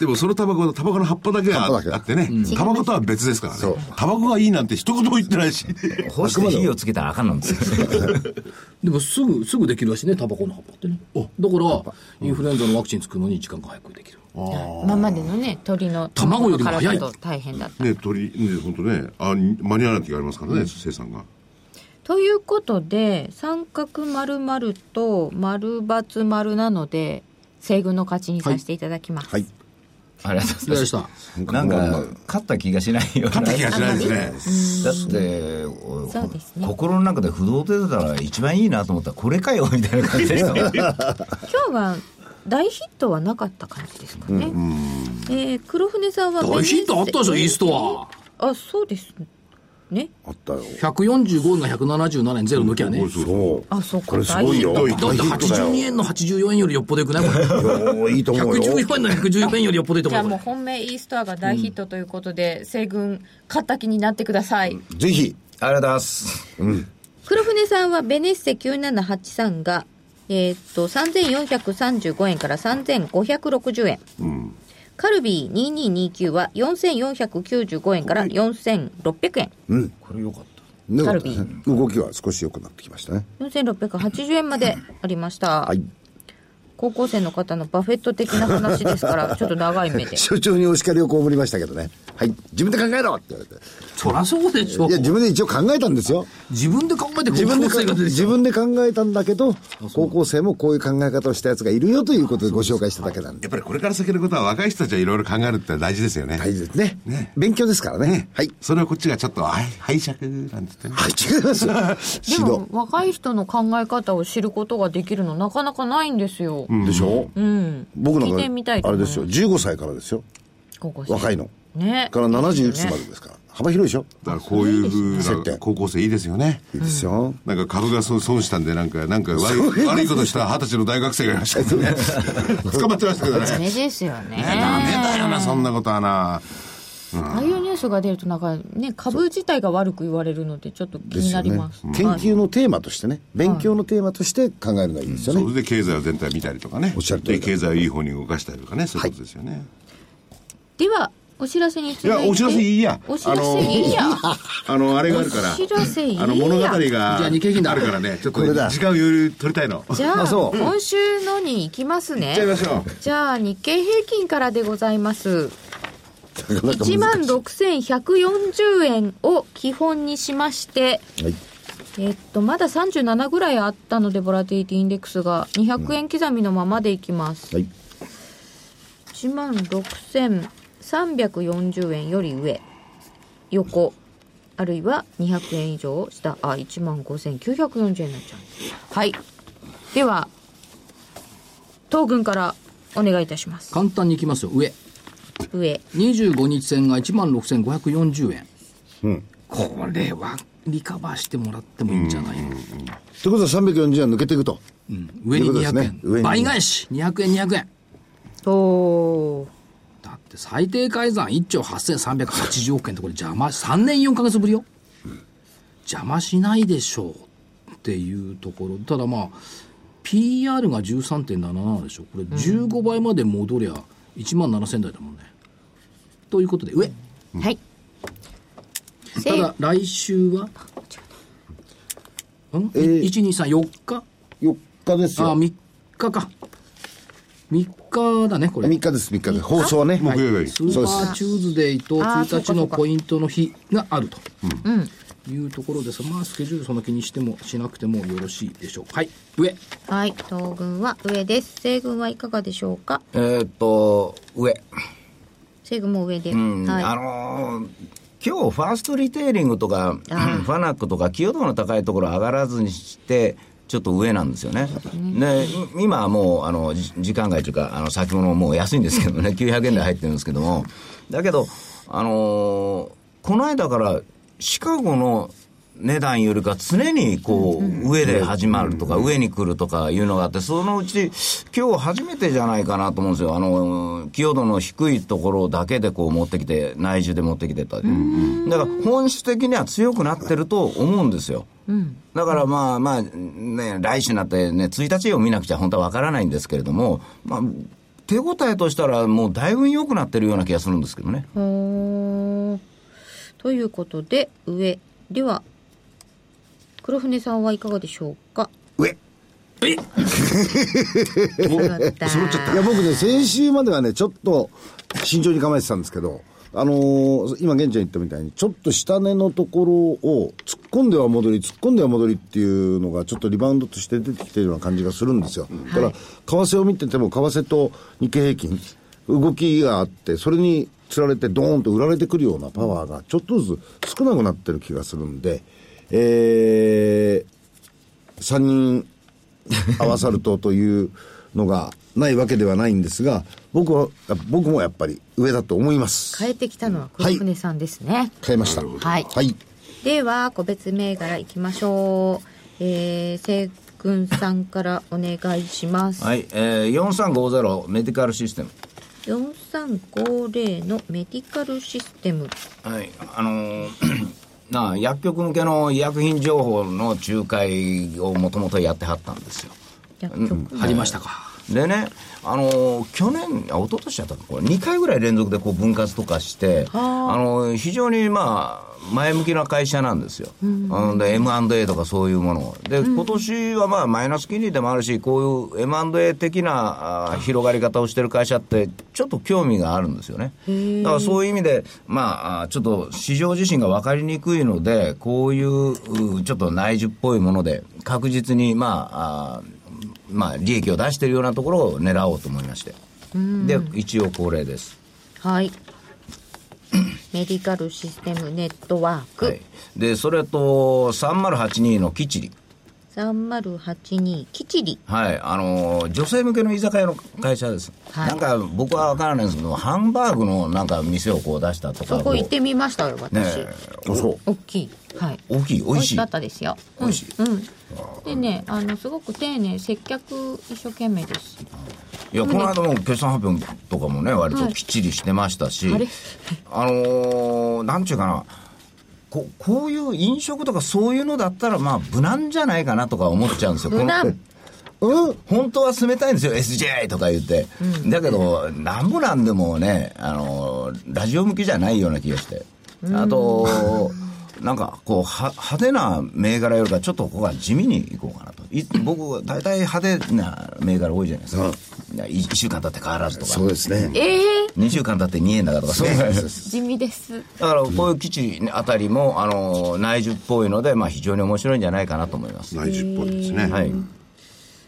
[SPEAKER 7] でもそのタバコのタバコの葉っぱだけが
[SPEAKER 6] 葉っぱだけ
[SPEAKER 7] あってね、タバコとは別ですからね
[SPEAKER 6] そう。
[SPEAKER 7] タバコがいいなんて一言も言ってないし。
[SPEAKER 5] 干して火をつけたらあかんなんですよ
[SPEAKER 1] でもすぐ、すぐできるらしいね、タバコの葉っぱってね。だから、インフルエンザのワクチン作るのに時間が早くできる。
[SPEAKER 8] 今までのね、鳥の
[SPEAKER 1] 卵よりも早い
[SPEAKER 8] 卵からだと大変だった。
[SPEAKER 7] ね、鳥、ね、本当ね、あ、に間に合わない時がありますからね、生産が。
[SPEAKER 4] ということで三角丸々と丸×丸なので西軍の勝ちにさせていただきます、
[SPEAKER 6] はい。
[SPEAKER 5] ありがとうござい
[SPEAKER 1] でし
[SPEAKER 5] ます
[SPEAKER 1] た。
[SPEAKER 5] なんか勝った気がしないような
[SPEAKER 7] 勝った気がしないですね。
[SPEAKER 5] だって、お
[SPEAKER 4] そうですね
[SPEAKER 5] 心の中で不動出てたら一番いいなと思ったらこれかよみたいな感じでしたもん
[SPEAKER 4] 今日は大ヒットはなかった感じですかね、えー黒船さんは
[SPEAKER 1] 大ヒットあったでしょ、イーストは。
[SPEAKER 4] あそうですね
[SPEAKER 6] あったよ。
[SPEAKER 1] 145円が177円ゼロ抜きゃね。だ
[SPEAKER 7] そう
[SPEAKER 4] あそうか
[SPEAKER 6] これすごいよ。大
[SPEAKER 7] 大ヒ
[SPEAKER 6] ヒ
[SPEAKER 7] ッ
[SPEAKER 1] って
[SPEAKER 6] ットだよ
[SPEAKER 1] 82。円の84円よりよっぽどよくないこ れ。
[SPEAKER 6] いやいいと思うよ。
[SPEAKER 1] 114円の114円よりよっぽどいいと
[SPEAKER 8] じゃあ
[SPEAKER 1] 思う
[SPEAKER 8] もう
[SPEAKER 1] よ。こ
[SPEAKER 8] 本命イーストアが大ヒットということで、西軍勝った気になってください、
[SPEAKER 6] ぜひ。
[SPEAKER 5] ありがとうございます
[SPEAKER 4] 黒船さんはベネッセ9783が、えーっと3435円から3560円、カルビー2229は4495円から4600円
[SPEAKER 5] これよかった
[SPEAKER 6] ね
[SPEAKER 4] カルビー
[SPEAKER 6] 動きは少し良くなってきましたね。
[SPEAKER 4] 4680円までありました、
[SPEAKER 6] はい。
[SPEAKER 4] 高校生の方のバフェット的な話です からちょっと長い目で
[SPEAKER 6] 所長にお叱りをこぶりましたけどね。はい。自分で考えろって言われて。
[SPEAKER 1] そらそうでしょ
[SPEAKER 6] いや、。自分で一応考えたんですよ。
[SPEAKER 1] 自分で考えて
[SPEAKER 6] 自分で考え
[SPEAKER 1] 生が出てき
[SPEAKER 6] 自
[SPEAKER 1] た。
[SPEAKER 6] 分で考えたんだけど、高校生もこういう考え方をしたやつがいるよということでご紹介しただけなんで。
[SPEAKER 7] やっぱりこれから先のことは若い人たちはいろいろ考えるって大事ですよね。
[SPEAKER 6] 大事ですね。
[SPEAKER 7] ね
[SPEAKER 6] 勉強ですからね。はい。
[SPEAKER 7] それをこっちがちょっと、はい、拝借なんて言ってね。
[SPEAKER 6] はい、違いますよ。指
[SPEAKER 8] でも
[SPEAKER 6] 導。
[SPEAKER 8] 若い人の考え方を知ることができるのなかなかないんですよ、
[SPEAKER 6] でしょ
[SPEAKER 8] うん
[SPEAKER 6] 僕なん
[SPEAKER 8] 聞いてみたい
[SPEAKER 6] か、
[SPEAKER 8] と
[SPEAKER 6] あ
[SPEAKER 8] 思
[SPEAKER 6] れ
[SPEAKER 8] い
[SPEAKER 6] で
[SPEAKER 8] ます
[SPEAKER 6] すよ。15歳からですよ。
[SPEAKER 8] 高校生
[SPEAKER 6] 若いの。
[SPEAKER 8] ね
[SPEAKER 6] から70いくつまでですから。幅広いでしょ
[SPEAKER 7] だからこういう
[SPEAKER 6] 接
[SPEAKER 7] ふうな
[SPEAKER 6] 点
[SPEAKER 7] 高校生いいですよね。
[SPEAKER 6] いいですよ。
[SPEAKER 7] なんか株が損損したんで、なんか、なんか悪い悪いことした二十歳の大学生がい ましたけどね。捕まってましたけどね。
[SPEAKER 8] ダ
[SPEAKER 7] ね
[SPEAKER 8] メですよね
[SPEAKER 7] ダメだよな、そんなことはな。
[SPEAKER 8] ああいうニュースが出るとなんかね株自体が悪く言われるのでちょっと気
[SPEAKER 6] です
[SPEAKER 8] に
[SPEAKER 6] よ
[SPEAKER 8] な
[SPEAKER 6] ね
[SPEAKER 8] ります
[SPEAKER 6] 研
[SPEAKER 8] はい
[SPEAKER 6] 究のテーマとしてね、勉強のテーマとして考えるのがいいですよ
[SPEAKER 7] そ
[SPEAKER 6] ね。
[SPEAKER 7] れで経済を全体見たりとかね。
[SPEAKER 6] おっしゃる通り
[SPEAKER 7] で、経済をいい方に動かしたりとかね、そういうことですよね。
[SPEAKER 4] ではお知らせに続
[SPEAKER 7] い
[SPEAKER 4] いて
[SPEAKER 7] や、お知らせいいや。
[SPEAKER 4] お知らせいいや
[SPEAKER 7] あ のあの、あれがあるか
[SPEAKER 4] お知らせいいや
[SPEAKER 7] ら。あの、物語が。
[SPEAKER 1] ゃあ日経平均だ
[SPEAKER 7] あるからね、ちょっと
[SPEAKER 6] これだ
[SPEAKER 7] 時間を余裕取りたいの。
[SPEAKER 4] じゃあ
[SPEAKER 6] あそう
[SPEAKER 4] 今週のに行きますね
[SPEAKER 7] 行っちゃいましょう。
[SPEAKER 4] じゃあ日経平均からでございます
[SPEAKER 6] なかなか難しい
[SPEAKER 4] 1万6140円を基本にしまして
[SPEAKER 6] はい。
[SPEAKER 4] えっとまだ37ぐらいあったのでボラティリティインデックスが200円刻みのままでいきます
[SPEAKER 6] はい。
[SPEAKER 4] 1万6300 340円より上横あるいは200円以上下あ1万5940円になっちゃうはいでは東軍からお願いいたします
[SPEAKER 1] 簡単にいきますよ上
[SPEAKER 4] 上
[SPEAKER 1] 25日線が1万6540円、これはリカバーしてもらってもいいんじゃないの、
[SPEAKER 6] ということは340円抜けていくと。
[SPEAKER 1] 上に
[SPEAKER 6] ということ
[SPEAKER 1] 200
[SPEAKER 6] です
[SPEAKER 1] 円
[SPEAKER 6] ね、上に
[SPEAKER 1] 倍返し200円200円
[SPEAKER 4] おー
[SPEAKER 1] だって最低改ざん1兆8380億円ってこれ邪魔3年4ヶ月ぶりよ、邪魔しないでしょうっていうところただまあ PR が13.77でしょこれ15倍まで戻りゃ1万7000台だもんねということで上
[SPEAKER 4] はい
[SPEAKER 1] ただ来週はん、
[SPEAKER 6] えー
[SPEAKER 1] 1234日
[SPEAKER 6] 4日です
[SPEAKER 1] あ
[SPEAKER 6] よ。
[SPEAKER 1] 3日か3日だねこれ
[SPEAKER 6] 3日です、3日です。放送はね。
[SPEAKER 7] 木曜日
[SPEAKER 1] スーパーチューズデーと
[SPEAKER 4] あー
[SPEAKER 1] 1日
[SPEAKER 4] そ
[SPEAKER 1] の
[SPEAKER 4] うかそうか
[SPEAKER 1] ポイントの日があるというところです。まあ、スケジュールそんな気にしてもしなくてもよろしいでしょう。はい。上。
[SPEAKER 4] はい東軍は上です西軍はいかがでしょうか
[SPEAKER 5] えーっと上
[SPEAKER 4] 西軍も上で、
[SPEAKER 5] うん
[SPEAKER 4] はい
[SPEAKER 5] あのー今日ファーストリテイリングとか、 ファナックとか、寄与度の高いところ上がらずにして、ちょっと上なんですよね。で、い今はもう、あの、じ時間外というか、あの、先物もう安いんですけど ね、900円で入ってるんですけども、だけど、あのーこの間から、シカゴの値段よりか常にこう、上で始まるとか、上に来るとかいうのがあって、そのうち、今日初めてじゃないかなと思うんですよ。あの、寄与度の低いところだけでこう持ってきて、内需で持ってきてたり。だから本質的には強くなってると思うんですよ。だからまあまあ、ね、来週になってね、1日を見なくちゃ本当はわからないんですけれども、まあ、手応えとしたらもうだいぶ良くなってるような気がするんですけどね。
[SPEAKER 4] ほーということで上では黒船さんはいかがでしょうか
[SPEAKER 6] 上。
[SPEAKER 4] 揃った
[SPEAKER 6] いや、僕ね、先週まではね、ちょっと慎重に構えてたんですけど、あのー今、現地に言ったみたいに、ちょっと下値のところを突っ込んでは戻り、突っ込んでは戻りっていうのが、ちょっとリバウンドとして出てきてるような感じがするんですよ。だから、為替を見てても、為替と日経平均、動きがあって、それにつられて、ドーンと売られてくるようなパワーが、ちょっとずつ少なくなってる気がするんで、えー、3人合わさるとというのがないわけではないんですが、僕は、あ僕もやっぱり上だと思います。
[SPEAKER 4] 変えてきたのは黒船さんですね、
[SPEAKER 6] 変えました。
[SPEAKER 4] はい
[SPEAKER 6] はい。
[SPEAKER 4] では個別銘柄いきましょうえー、西軍さんからお願いします、
[SPEAKER 5] はい、えー、4350メディカルシステム。
[SPEAKER 4] 4350のメディカルシステム
[SPEAKER 5] はい、あのー なあ薬局向けの医薬品情報の仲介をもともとやってはったんですよ。
[SPEAKER 4] 薬局
[SPEAKER 1] ありましたか。
[SPEAKER 5] でね、あの去年、あ一昨年だったかなこれ、2回ぐらい連続でこう分割とかして、あの非常に、まあ、前向きな会社なんですよ、うん、で M&A とかそういうものをで、今年はまあマイナス金利でもあるし、こういう M&A 的なあ広がり方をしてる会社って、ちょっと興味があるんですよね、だからそういう意味で、まああ、ちょっと市場自身が分かりにくいので、こういううちょっと内需っぽいもので、確実に、まあ、あまあ、利益を出しているようなところを狙おうと思いまして、で一応恒例です、
[SPEAKER 4] はいメディカルシステムネットワーク、
[SPEAKER 5] はい、でそれと3082のキチリ
[SPEAKER 4] 3082キチリ
[SPEAKER 5] はいあのー女性向けの居酒屋の会社です、
[SPEAKER 4] はい
[SPEAKER 5] なんか僕は分からないんですけどハンバーグのなんか店をこう出したとか
[SPEAKER 4] そこ行ってみましたよ
[SPEAKER 5] ね
[SPEAKER 4] 私、
[SPEAKER 5] え
[SPEAKER 6] そう。
[SPEAKER 4] 大きいはい
[SPEAKER 5] 大きい美
[SPEAKER 4] 美
[SPEAKER 5] 味
[SPEAKER 4] 味
[SPEAKER 5] し
[SPEAKER 4] し
[SPEAKER 5] い
[SPEAKER 4] かったですよ
[SPEAKER 5] 美味しい
[SPEAKER 4] うん、うんでねあのすごく丁寧接客一生懸命です
[SPEAKER 5] いやこの間も決算発表とかもね割ときっちりしてましたし、
[SPEAKER 4] あれ
[SPEAKER 5] あのーなんちゅうかなここういう飲食とかそういうのだったらまあ無難じゃないかなとか思っちゃうんですよこの
[SPEAKER 4] 無難
[SPEAKER 6] うん
[SPEAKER 5] 本当は冷たいんですよ SJ とか言って、だけどなんぼなんでもねあのラジオ向きじゃないような気がしてあとなんかこうは派手な銘柄よりかちょっとここは地味にいこうかなとい僕は大体派手な銘柄多いじゃないですか、いやい一1週間経って変わらずとか
[SPEAKER 6] そうですね。
[SPEAKER 4] ええ
[SPEAKER 5] 2週間経って2円だからとかそういう
[SPEAKER 8] 地味です
[SPEAKER 5] だからこういう基地あたりもあの内需っぽいので、まあ、非常に面白いんじゃないかなと思います、
[SPEAKER 7] 内需っぽいですね。
[SPEAKER 5] はい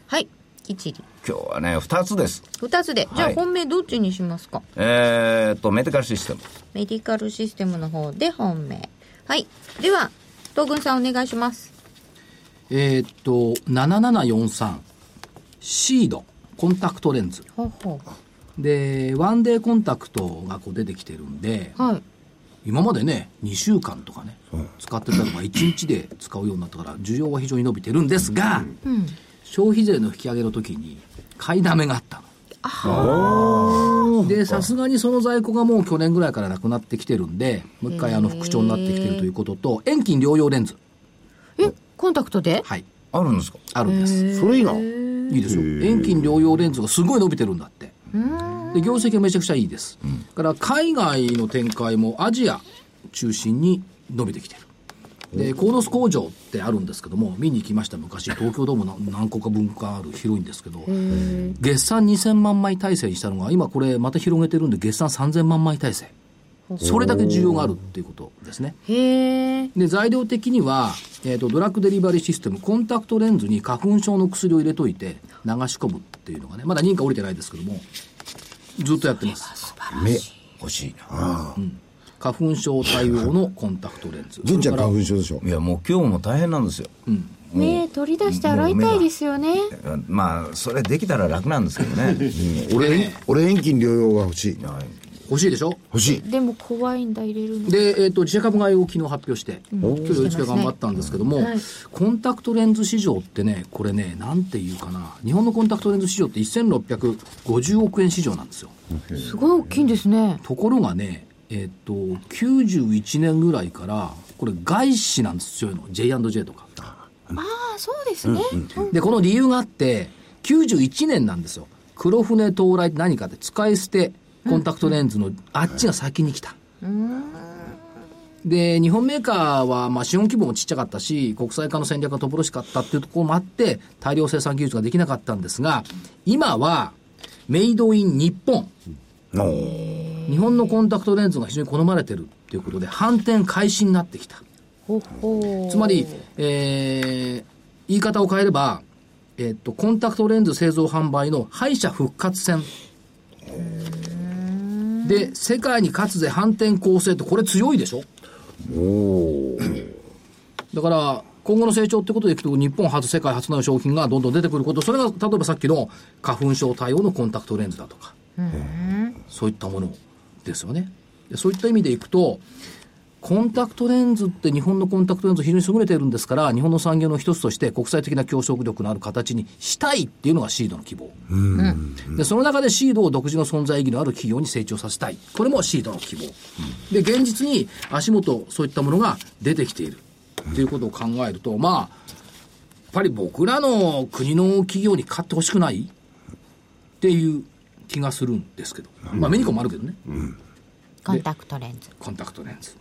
[SPEAKER 4] はい一理。
[SPEAKER 5] 今日はね、2つです。
[SPEAKER 4] 二つで。じゃ
[SPEAKER 5] は
[SPEAKER 4] あ
[SPEAKER 5] い
[SPEAKER 4] 本命どっちにしますか、
[SPEAKER 5] えーっと、メディカルシステム。
[SPEAKER 4] メディカルシステムの方で本命。はい。では、東軍さんお願いします。
[SPEAKER 1] えーっと、7743、シード、コンタクトレンズ。
[SPEAKER 4] ほうほ
[SPEAKER 1] で、ワンデーコンタクトがこう出てきてるんで、
[SPEAKER 4] う。はい。
[SPEAKER 1] 今までね、2週間とかね、使ってたのが1日で使うようになったから、需要は非常に伸びてるんですが、消費税の引き上げの時に、買いだめがあったの。で、さすがにその在庫がもう去年ぐらいからなくなってきてるんで、もう一回あの復調になってきてるということと、遠近両用レンズ。
[SPEAKER 8] え、コンタクトで
[SPEAKER 1] はい。
[SPEAKER 5] あるんですか
[SPEAKER 1] あるんです。
[SPEAKER 6] それいいな。
[SPEAKER 1] いいですよ。遠近療養レンズがすごい伸びてるんだって。で、業績がめちゃくちゃいいです。だから海外の展開もアジア中心に伸びてきてる。で、コードス工場ってあるんですけども、見に行きました昔、東京ドームの何個か分かある広いんですけど、月産2000万枚体制にしたのが、今これまた広げてるんで、月産3000万枚体制。それだけ需要があるっていうことですね。
[SPEAKER 8] へえ。
[SPEAKER 1] で材料的には、えー、とドラッグデリバリーシステムコンタクトレンズに花粉症の薬を入れといて流し込むっていうのがねまだ認可降りてないですけどもずっとやってます
[SPEAKER 6] 目。
[SPEAKER 5] 欲しいな。
[SPEAKER 1] 花粉症対応のコンタクトレンズ
[SPEAKER 6] 純ちゃん
[SPEAKER 1] それ
[SPEAKER 6] 花
[SPEAKER 1] から
[SPEAKER 6] 粉症でしょ
[SPEAKER 5] い。や、もう今日も大変なんですよ。
[SPEAKER 8] 目取り出して洗いたいですよね。
[SPEAKER 5] まあ、それできたら楽なんですけどね。
[SPEAKER 6] 俺、俺遠近療養が欲しい。
[SPEAKER 1] 欲しいでしょ
[SPEAKER 6] 欲しい。
[SPEAKER 8] でも怖いんだ、入れるの。
[SPEAKER 1] で、えー、と自社株買いを昨日発表して、今日一日頑張ったんですけども、コンタクトレンズ市場ってねこれねなんていうかな日本のコンタクトレンズ市場って1650億円市場なんですよ
[SPEAKER 8] すごい大きいんですね。
[SPEAKER 1] ところがね、えっと91年ぐらいからこれ外資なんですよ強いの J&J とか
[SPEAKER 8] ああ、そうですね。
[SPEAKER 1] でこの理由があって91年なんですよ黒船到来って何かって使い捨てコンタクトレンズのあっちが先に来た、で日本メーカーはまあ資本規模もちっちゃかったし国際化の戦略が乏しかったっていうところもあって大量生産技術ができなかったんですが今はメイドイン日本日本のコンタクトレンズが非常に好まれてるっていうことで反転開始になってきた
[SPEAKER 8] ほほう
[SPEAKER 1] つまり、えー言い方を変えれば、えっとコンタクトレンズ製造販売の敗者復活戦で世界に勝つぜ反転攻勢ってこれ強いでしょだから今後の成長ってことでいくと日本初世界初の商品がどんどん出てくることそれが例えばさっきの花粉症対応のコンタクトレンズだとかそういったものですよねでそういった意味でいくとコンタクトレンズって日本のコンタクトレンズ非常に優れているんですから日本の産業の一つとして国際的な競争力のある形にしたいっていうのがシードの希望でその中でシードを独自の存在意義のある企業に成長させたいこれもシードの希望で現実に足元そういったものが出てきているっていうことを考えるとまあやっぱり僕らの国の企業に買ってほしくないっていう気がするんですけどまあメニコもあるけどね、
[SPEAKER 4] コンタクトレンズ。
[SPEAKER 1] コンタクトレンズ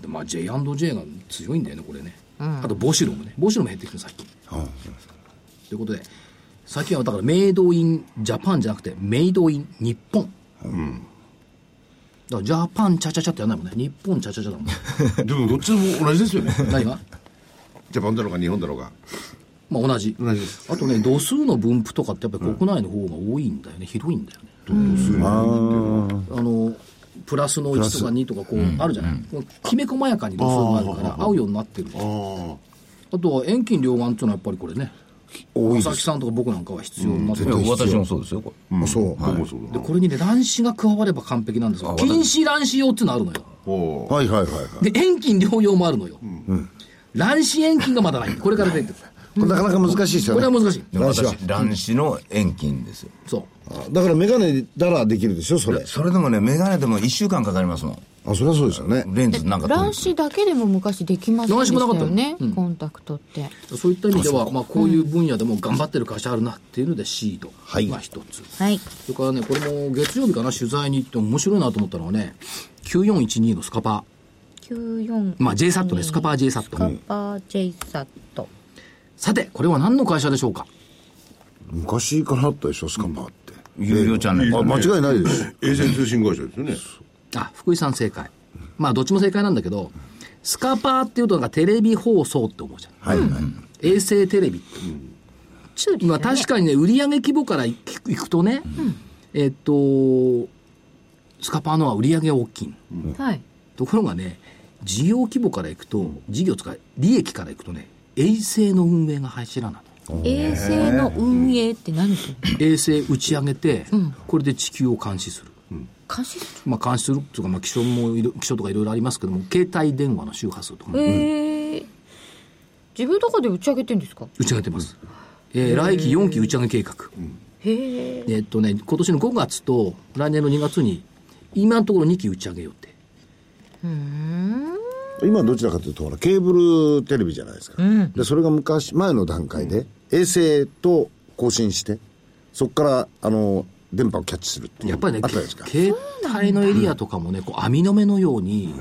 [SPEAKER 1] でまあ J&J が強いんだよねこれね、あとボシロもねボシロも減ってきてる最近、ということで最近はだからメイドインジャパンじゃなくてメイドイン日本、だからジャパンチャチャチャってやんないもんね日本チャチャチャだもん ね
[SPEAKER 7] でもどっちも同じですよね
[SPEAKER 1] 何が
[SPEAKER 7] ジャパンだろうが日本だろうが
[SPEAKER 1] まあ同じ
[SPEAKER 7] 同じです
[SPEAKER 1] あとね度数の分布とかってやっぱり国内の方が多いんだよね、広いんだよねあのプラスの1とか2とかこうあるじゃない、こうきめ細やかに度数があるから合うようになってる
[SPEAKER 7] あ
[SPEAKER 1] あとは遠近両眼っていうのはやっぱりこれね
[SPEAKER 6] 多い
[SPEAKER 1] 佐々
[SPEAKER 6] で
[SPEAKER 1] 木
[SPEAKER 6] す。
[SPEAKER 1] さんとか僕なんかは必要になって
[SPEAKER 5] い
[SPEAKER 1] る、
[SPEAKER 5] や
[SPEAKER 1] で
[SPEAKER 5] 私もそうですよ、これ。
[SPEAKER 6] あそう。
[SPEAKER 7] あ僕もそうだ
[SPEAKER 1] これにね卵子が加われば完璧なんですが
[SPEAKER 5] あ
[SPEAKER 1] 近視卵子用っていうのあるのよ
[SPEAKER 7] おー
[SPEAKER 6] はいはいはいはい。
[SPEAKER 1] で遠近両用もあるのよ、卵子遠近がまだないこれから出てくる
[SPEAKER 6] これなかなか難しいですよ
[SPEAKER 1] こ
[SPEAKER 6] ね。
[SPEAKER 1] れは難しい
[SPEAKER 5] でも
[SPEAKER 6] 卵子は
[SPEAKER 5] 私、卵子の遠近ですよ。
[SPEAKER 1] そう
[SPEAKER 6] あだからメガネだらできるでしょ、それ。
[SPEAKER 5] それでもね、メガネでも1週間かかりますも
[SPEAKER 6] あ、それはそうですよね。
[SPEAKER 5] ん。レンズなんか
[SPEAKER 8] 卵子だけでも昔できませんでした
[SPEAKER 1] 卵子も
[SPEAKER 8] よ
[SPEAKER 1] なか
[SPEAKER 8] ね
[SPEAKER 1] ったようん
[SPEAKER 8] コンタクトって
[SPEAKER 1] そういった意味では、まあ、こういう分野でも頑張ってる会社あるなっていうのでシード
[SPEAKER 6] はい
[SPEAKER 1] が一つ、
[SPEAKER 4] はい。
[SPEAKER 1] それからねこれも月曜日かな取材に行って面白いなと思ったのはね9412のスカパ
[SPEAKER 4] 94。
[SPEAKER 1] ー、まあ、J サットねスカパー J サット、
[SPEAKER 4] スカパー J サット。
[SPEAKER 1] さてこれは何の会社でしょうか
[SPEAKER 6] 昔からあったでしょ、スカンバーって。
[SPEAKER 5] 有料チャンネル。
[SPEAKER 6] あ、間違いないです。
[SPEAKER 7] 衛星通信会社ですよね
[SPEAKER 1] あ、福井さん正解。まあ、どっちも正解なんだけど、スカパーっていうとなんかテレビ放送って思うじゃん。
[SPEAKER 6] はいはい。
[SPEAKER 1] 衛星テレビって。
[SPEAKER 8] 修理
[SPEAKER 1] まあ
[SPEAKER 8] だね
[SPEAKER 1] 確かにね、売上規模からいくいくとね、えっと、スカパーのは売上が大きい。
[SPEAKER 4] はい。
[SPEAKER 1] ところがね、事業規模からいくと、事業とか利益からいくとね、衛星の運営が柱なの。
[SPEAKER 4] 衛星の運営って何するの
[SPEAKER 1] 衛星打ち上げて、これで地球を監視する。
[SPEAKER 4] 監視す
[SPEAKER 1] まあ、監視するとか、まあ、気象もいろ気象とかいろいろありますけども、携帯電話の周波数とかも
[SPEAKER 4] るえー、自分の中で打ち上げてんですか
[SPEAKER 1] 打ち上げてます。えー来期4期打ち上げ計画。
[SPEAKER 4] へえ。
[SPEAKER 1] えっとね、今年の5月と来年の2月に、今のところ2期打ち上げ予定。
[SPEAKER 6] 今どちらかというとほらケーブルテレビじゃないですか、でそれが昔前の段階で、衛星と交信してそこからあの電波をキャッチするっていう
[SPEAKER 1] やっぱりね
[SPEAKER 6] あったじゃないですか、
[SPEAKER 1] 携帯のエリアとかもね、こう網の目のように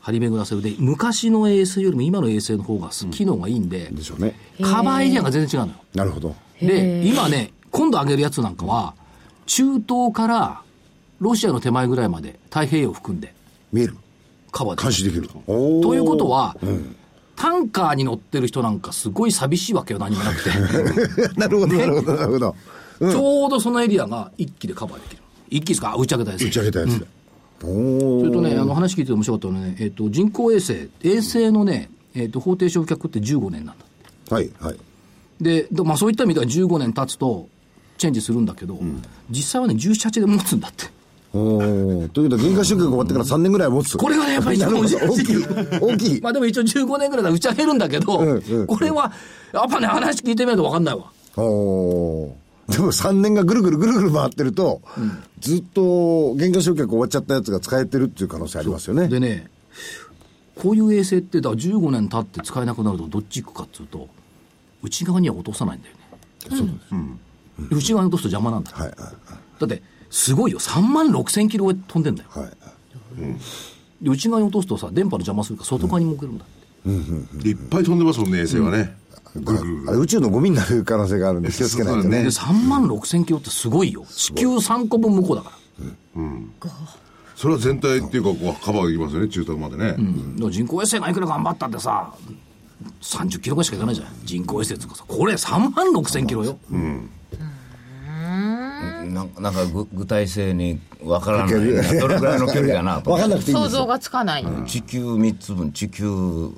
[SPEAKER 1] 張り巡らせるで、昔の衛星よりも今の衛星の方が機能がいいんで、
[SPEAKER 6] でしょうね
[SPEAKER 1] カバーエリアが全然違うのよ。
[SPEAKER 6] なるほど
[SPEAKER 1] で、今ね、今度上げるやつなんかは、中東からロシアの手前ぐらいまで太平洋を含んで
[SPEAKER 6] 見える
[SPEAKER 1] カバーできる
[SPEAKER 6] 監視できるおー
[SPEAKER 1] ということは、タンカーに乗ってる人なんかすごい寂しいわけよ、何もなくて。
[SPEAKER 6] なるほどなるほどなるほど
[SPEAKER 1] ちょうどそのエリアが一気でカバーできる。一気ですかあ打ち上げたやつ。
[SPEAKER 6] 打ち上げたやつで、
[SPEAKER 1] そ
[SPEAKER 6] お
[SPEAKER 1] れ
[SPEAKER 6] ー
[SPEAKER 1] とね、あの話聞いてて面白かったのはね、えっと人工衛星、衛星のね、えっと法定償却って15年なんだ。
[SPEAKER 6] はいはい
[SPEAKER 1] で、どまあ、そういった意味では15年経つと、チェンジするんだけど、実際はね、17で持つん だって。
[SPEAKER 6] おーということは、減価償却が終わってから3年ぐらいは持つ。
[SPEAKER 1] これがね、やっぱり一
[SPEAKER 6] な
[SPEAKER 1] 番
[SPEAKER 6] るほ
[SPEAKER 1] 面
[SPEAKER 6] ど。
[SPEAKER 1] 白い
[SPEAKER 6] 大きい。大きい。
[SPEAKER 1] まあでも一応15年ぐらいで打ち上げるんだけど、
[SPEAKER 6] うんうん
[SPEAKER 1] これは、やっぱね、話聞いてみないと分かんないわ。
[SPEAKER 6] おーでも3年がぐるぐるぐるぐる回ってると、ずっと減価償却終わっちゃったやつが使えてるっていう可能性ありますよね。
[SPEAKER 1] でね、こういう衛星って、だから15年経って使えなくなると、どっち行くかっていうと、内側には落とさないんだよね。うん内側に落とすと邪魔なんだ。
[SPEAKER 6] はいはい
[SPEAKER 1] だって、すごいよ。3万6千キロ飛んでんだよ。
[SPEAKER 6] はいはい。
[SPEAKER 1] で、内側に落とすとさ、電波の邪魔するから外側に向けるんだって。
[SPEAKER 7] いっぱい飛んでますもんね衛星はね、ぐるぐるぐる
[SPEAKER 6] あれ宇宙のゴミになる可能性があるんで気をつけないとね
[SPEAKER 1] で、。3万6千キロってすごいよ。地球3個分向こうだから。
[SPEAKER 7] それは全体っていうかこうカバーできますよね中東までね、
[SPEAKER 1] でも人工衛星がいくら頑張ったってさ、30キロぐらいしかいかないじゃん。人工衛星とかさ、これ3万6千キロよ。
[SPEAKER 5] なんかなんか具具体性にわからないどれぐらいの距離かなと
[SPEAKER 6] わ
[SPEAKER 5] 思
[SPEAKER 6] かん
[SPEAKER 5] って
[SPEAKER 6] なくていいん
[SPEAKER 4] 想
[SPEAKER 6] です
[SPEAKER 4] 像
[SPEAKER 6] よ。
[SPEAKER 4] がつかない。
[SPEAKER 5] 地球3つ分地球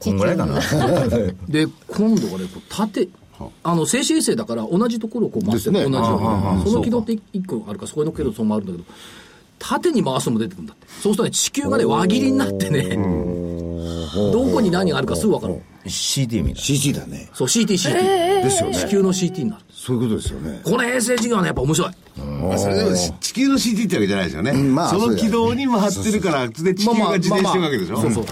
[SPEAKER 5] こんぐらいかな
[SPEAKER 1] で、今度はね、こう縦、あの、静止衛星だから同じところをこう回ってる、
[SPEAKER 6] で
[SPEAKER 1] 同
[SPEAKER 6] すね
[SPEAKER 1] じよ
[SPEAKER 5] あああ
[SPEAKER 1] う
[SPEAKER 5] あ
[SPEAKER 1] に。その軌道って1個あるから、そこの軌道そのままあるんだけど、縦に回すのも出てくるんだって。そうするとね、地球がね、輪切りになってね、どこに何があるかすぐ分かる。
[SPEAKER 5] CD みたい
[SPEAKER 6] CG だね。
[SPEAKER 1] そう、CTCT。ですよね。地球の CT になる。
[SPEAKER 6] そういうことですよね。
[SPEAKER 1] この衛星事業はね、やっぱ面白い。
[SPEAKER 7] まあ、それでもし地球の CT ってわけじゃないですよね、
[SPEAKER 6] んまあ
[SPEAKER 7] そ
[SPEAKER 6] そう
[SPEAKER 7] の
[SPEAKER 6] だよ
[SPEAKER 7] 軌
[SPEAKER 6] ね
[SPEAKER 7] 道に回ってるからで地球が自転してるわけでしょ、
[SPEAKER 1] そうそう。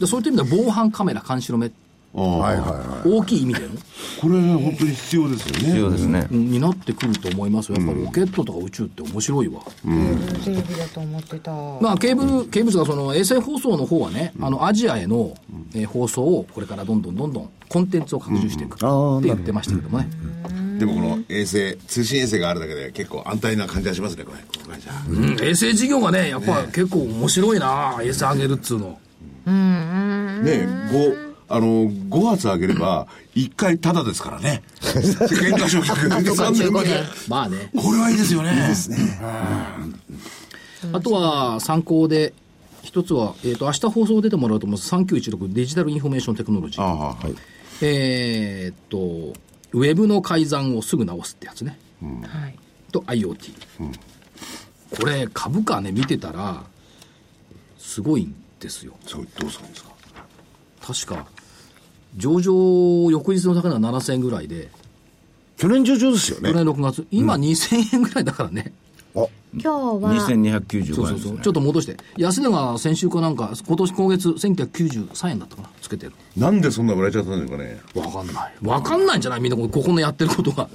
[SPEAKER 1] でそういった意味では防犯カメラ監視の目、
[SPEAKER 7] ああ
[SPEAKER 6] はいはいは
[SPEAKER 1] 大きい意味だよね。
[SPEAKER 7] これは本当に必要ですよね
[SPEAKER 5] なそうですね
[SPEAKER 1] になってくると思いますよやっぱロケットとか宇宙って面白いわ、
[SPEAKER 4] テレビだと思ってた。
[SPEAKER 1] まあケーブルケーブルがその衛星放送の方はね、あのアジアへの、えー放送をこれからどんどんどんどんコンテンツを拡充していくって
[SPEAKER 6] うん
[SPEAKER 1] 言ってましたけどもね、
[SPEAKER 7] でもこの衛星通信衛星があるだけで結構安泰な感じがしますねこれこの会社
[SPEAKER 1] うん衛星事業がねやっぱ結構面白いな衛星上げるっつうの
[SPEAKER 7] ね五あの5発上げれば1回タダですからね減価償却3年まで
[SPEAKER 1] まあね
[SPEAKER 7] これはいいですよね
[SPEAKER 1] あとは参考で一つは、えー、と明日放送出てもらうと思います3916デジタルインフォメーションテクノロジー
[SPEAKER 7] ああはい
[SPEAKER 1] えーっとウェブの改ざんをすぐ直すってやつね、
[SPEAKER 4] はい。
[SPEAKER 1] と IoT、これ株価ね見てたらすごいんですよ
[SPEAKER 7] そうどうするんですか
[SPEAKER 1] 確か上場翌日の高値は7000円ぐらいで
[SPEAKER 6] い。去年上場ですよ
[SPEAKER 1] 去
[SPEAKER 6] ね。
[SPEAKER 1] 年6月今2000円ぐらいだからね、
[SPEAKER 6] あ、
[SPEAKER 8] 今日は
[SPEAKER 1] そう
[SPEAKER 5] 2295
[SPEAKER 1] そ
[SPEAKER 5] 円
[SPEAKER 1] う
[SPEAKER 5] です
[SPEAKER 1] そう
[SPEAKER 5] ね
[SPEAKER 1] ちょっと戻して安値が先週かなんか今年今月1993円だったかなつけてる
[SPEAKER 7] なんでそんな売られちゃったんですかね
[SPEAKER 1] わかんないわかんないんじゃないみんなこここのやってる ことが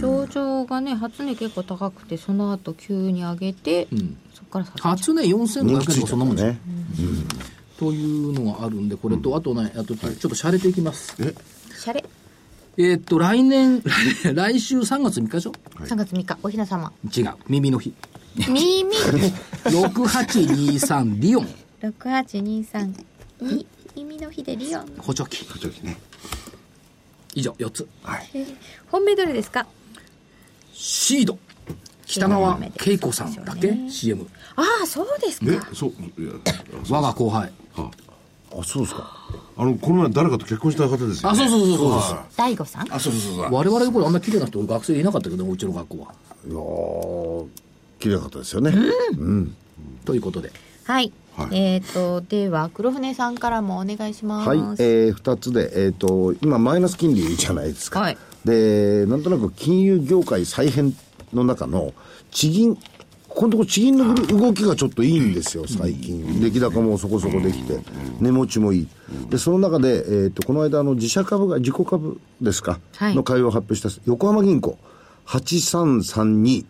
[SPEAKER 4] 症状がね、初値結構高くて、その後急に上げて、そっから下がっちゃ
[SPEAKER 1] 初値4500円
[SPEAKER 6] 抜
[SPEAKER 1] と
[SPEAKER 6] きつい
[SPEAKER 1] か
[SPEAKER 6] た
[SPEAKER 1] そんなもんじゃん。というのがあるんでこれと、あとねあとちょっと洒落ていきます、
[SPEAKER 4] う。シャレ。
[SPEAKER 1] えーっと、来年、 来週3月3日でしょ
[SPEAKER 4] 3月3日、おひな様。
[SPEAKER 1] 違う。耳の 日。
[SPEAKER 4] 耳。
[SPEAKER 1] 6823リオン。
[SPEAKER 4] 六八二三。耳の日でリオン。
[SPEAKER 1] 補聴器。
[SPEAKER 7] ちょっとね
[SPEAKER 1] 以上4つ
[SPEAKER 9] はい。
[SPEAKER 10] 本命どれですか
[SPEAKER 1] シード北川景子さんだけ CM
[SPEAKER 10] ああそうですか
[SPEAKER 7] えそういや
[SPEAKER 1] 我が後輩
[SPEAKER 6] あ、そうですか。
[SPEAKER 7] あのこの前誰かと結婚した方ですよ、ね、
[SPEAKER 1] あそうそうそうそうそう
[SPEAKER 4] 大悟さん
[SPEAKER 9] あ、そうそうそうそう。
[SPEAKER 1] 我々の頃あんな綺麗な人学生いなかったけどうちの学校はい
[SPEAKER 6] やー、綺麗かったですよね。
[SPEAKER 1] ということで
[SPEAKER 4] はい、えっ、とでは黒船さんからもお願いします
[SPEAKER 6] はい、えー、2つで、えっと今マイナス金利じゃないですか、
[SPEAKER 4] はい
[SPEAKER 6] でなんとなく金融業界再編の中の地銀ここのとこ地銀の動きがちょっといいんですよ、最近。出来高もそこそこできて、値持ちもいい。で、その中で、えっ、と、この間、あの、自社株が、自己株ですか、
[SPEAKER 4] はい
[SPEAKER 6] の会を発表した、横浜銀行、8332、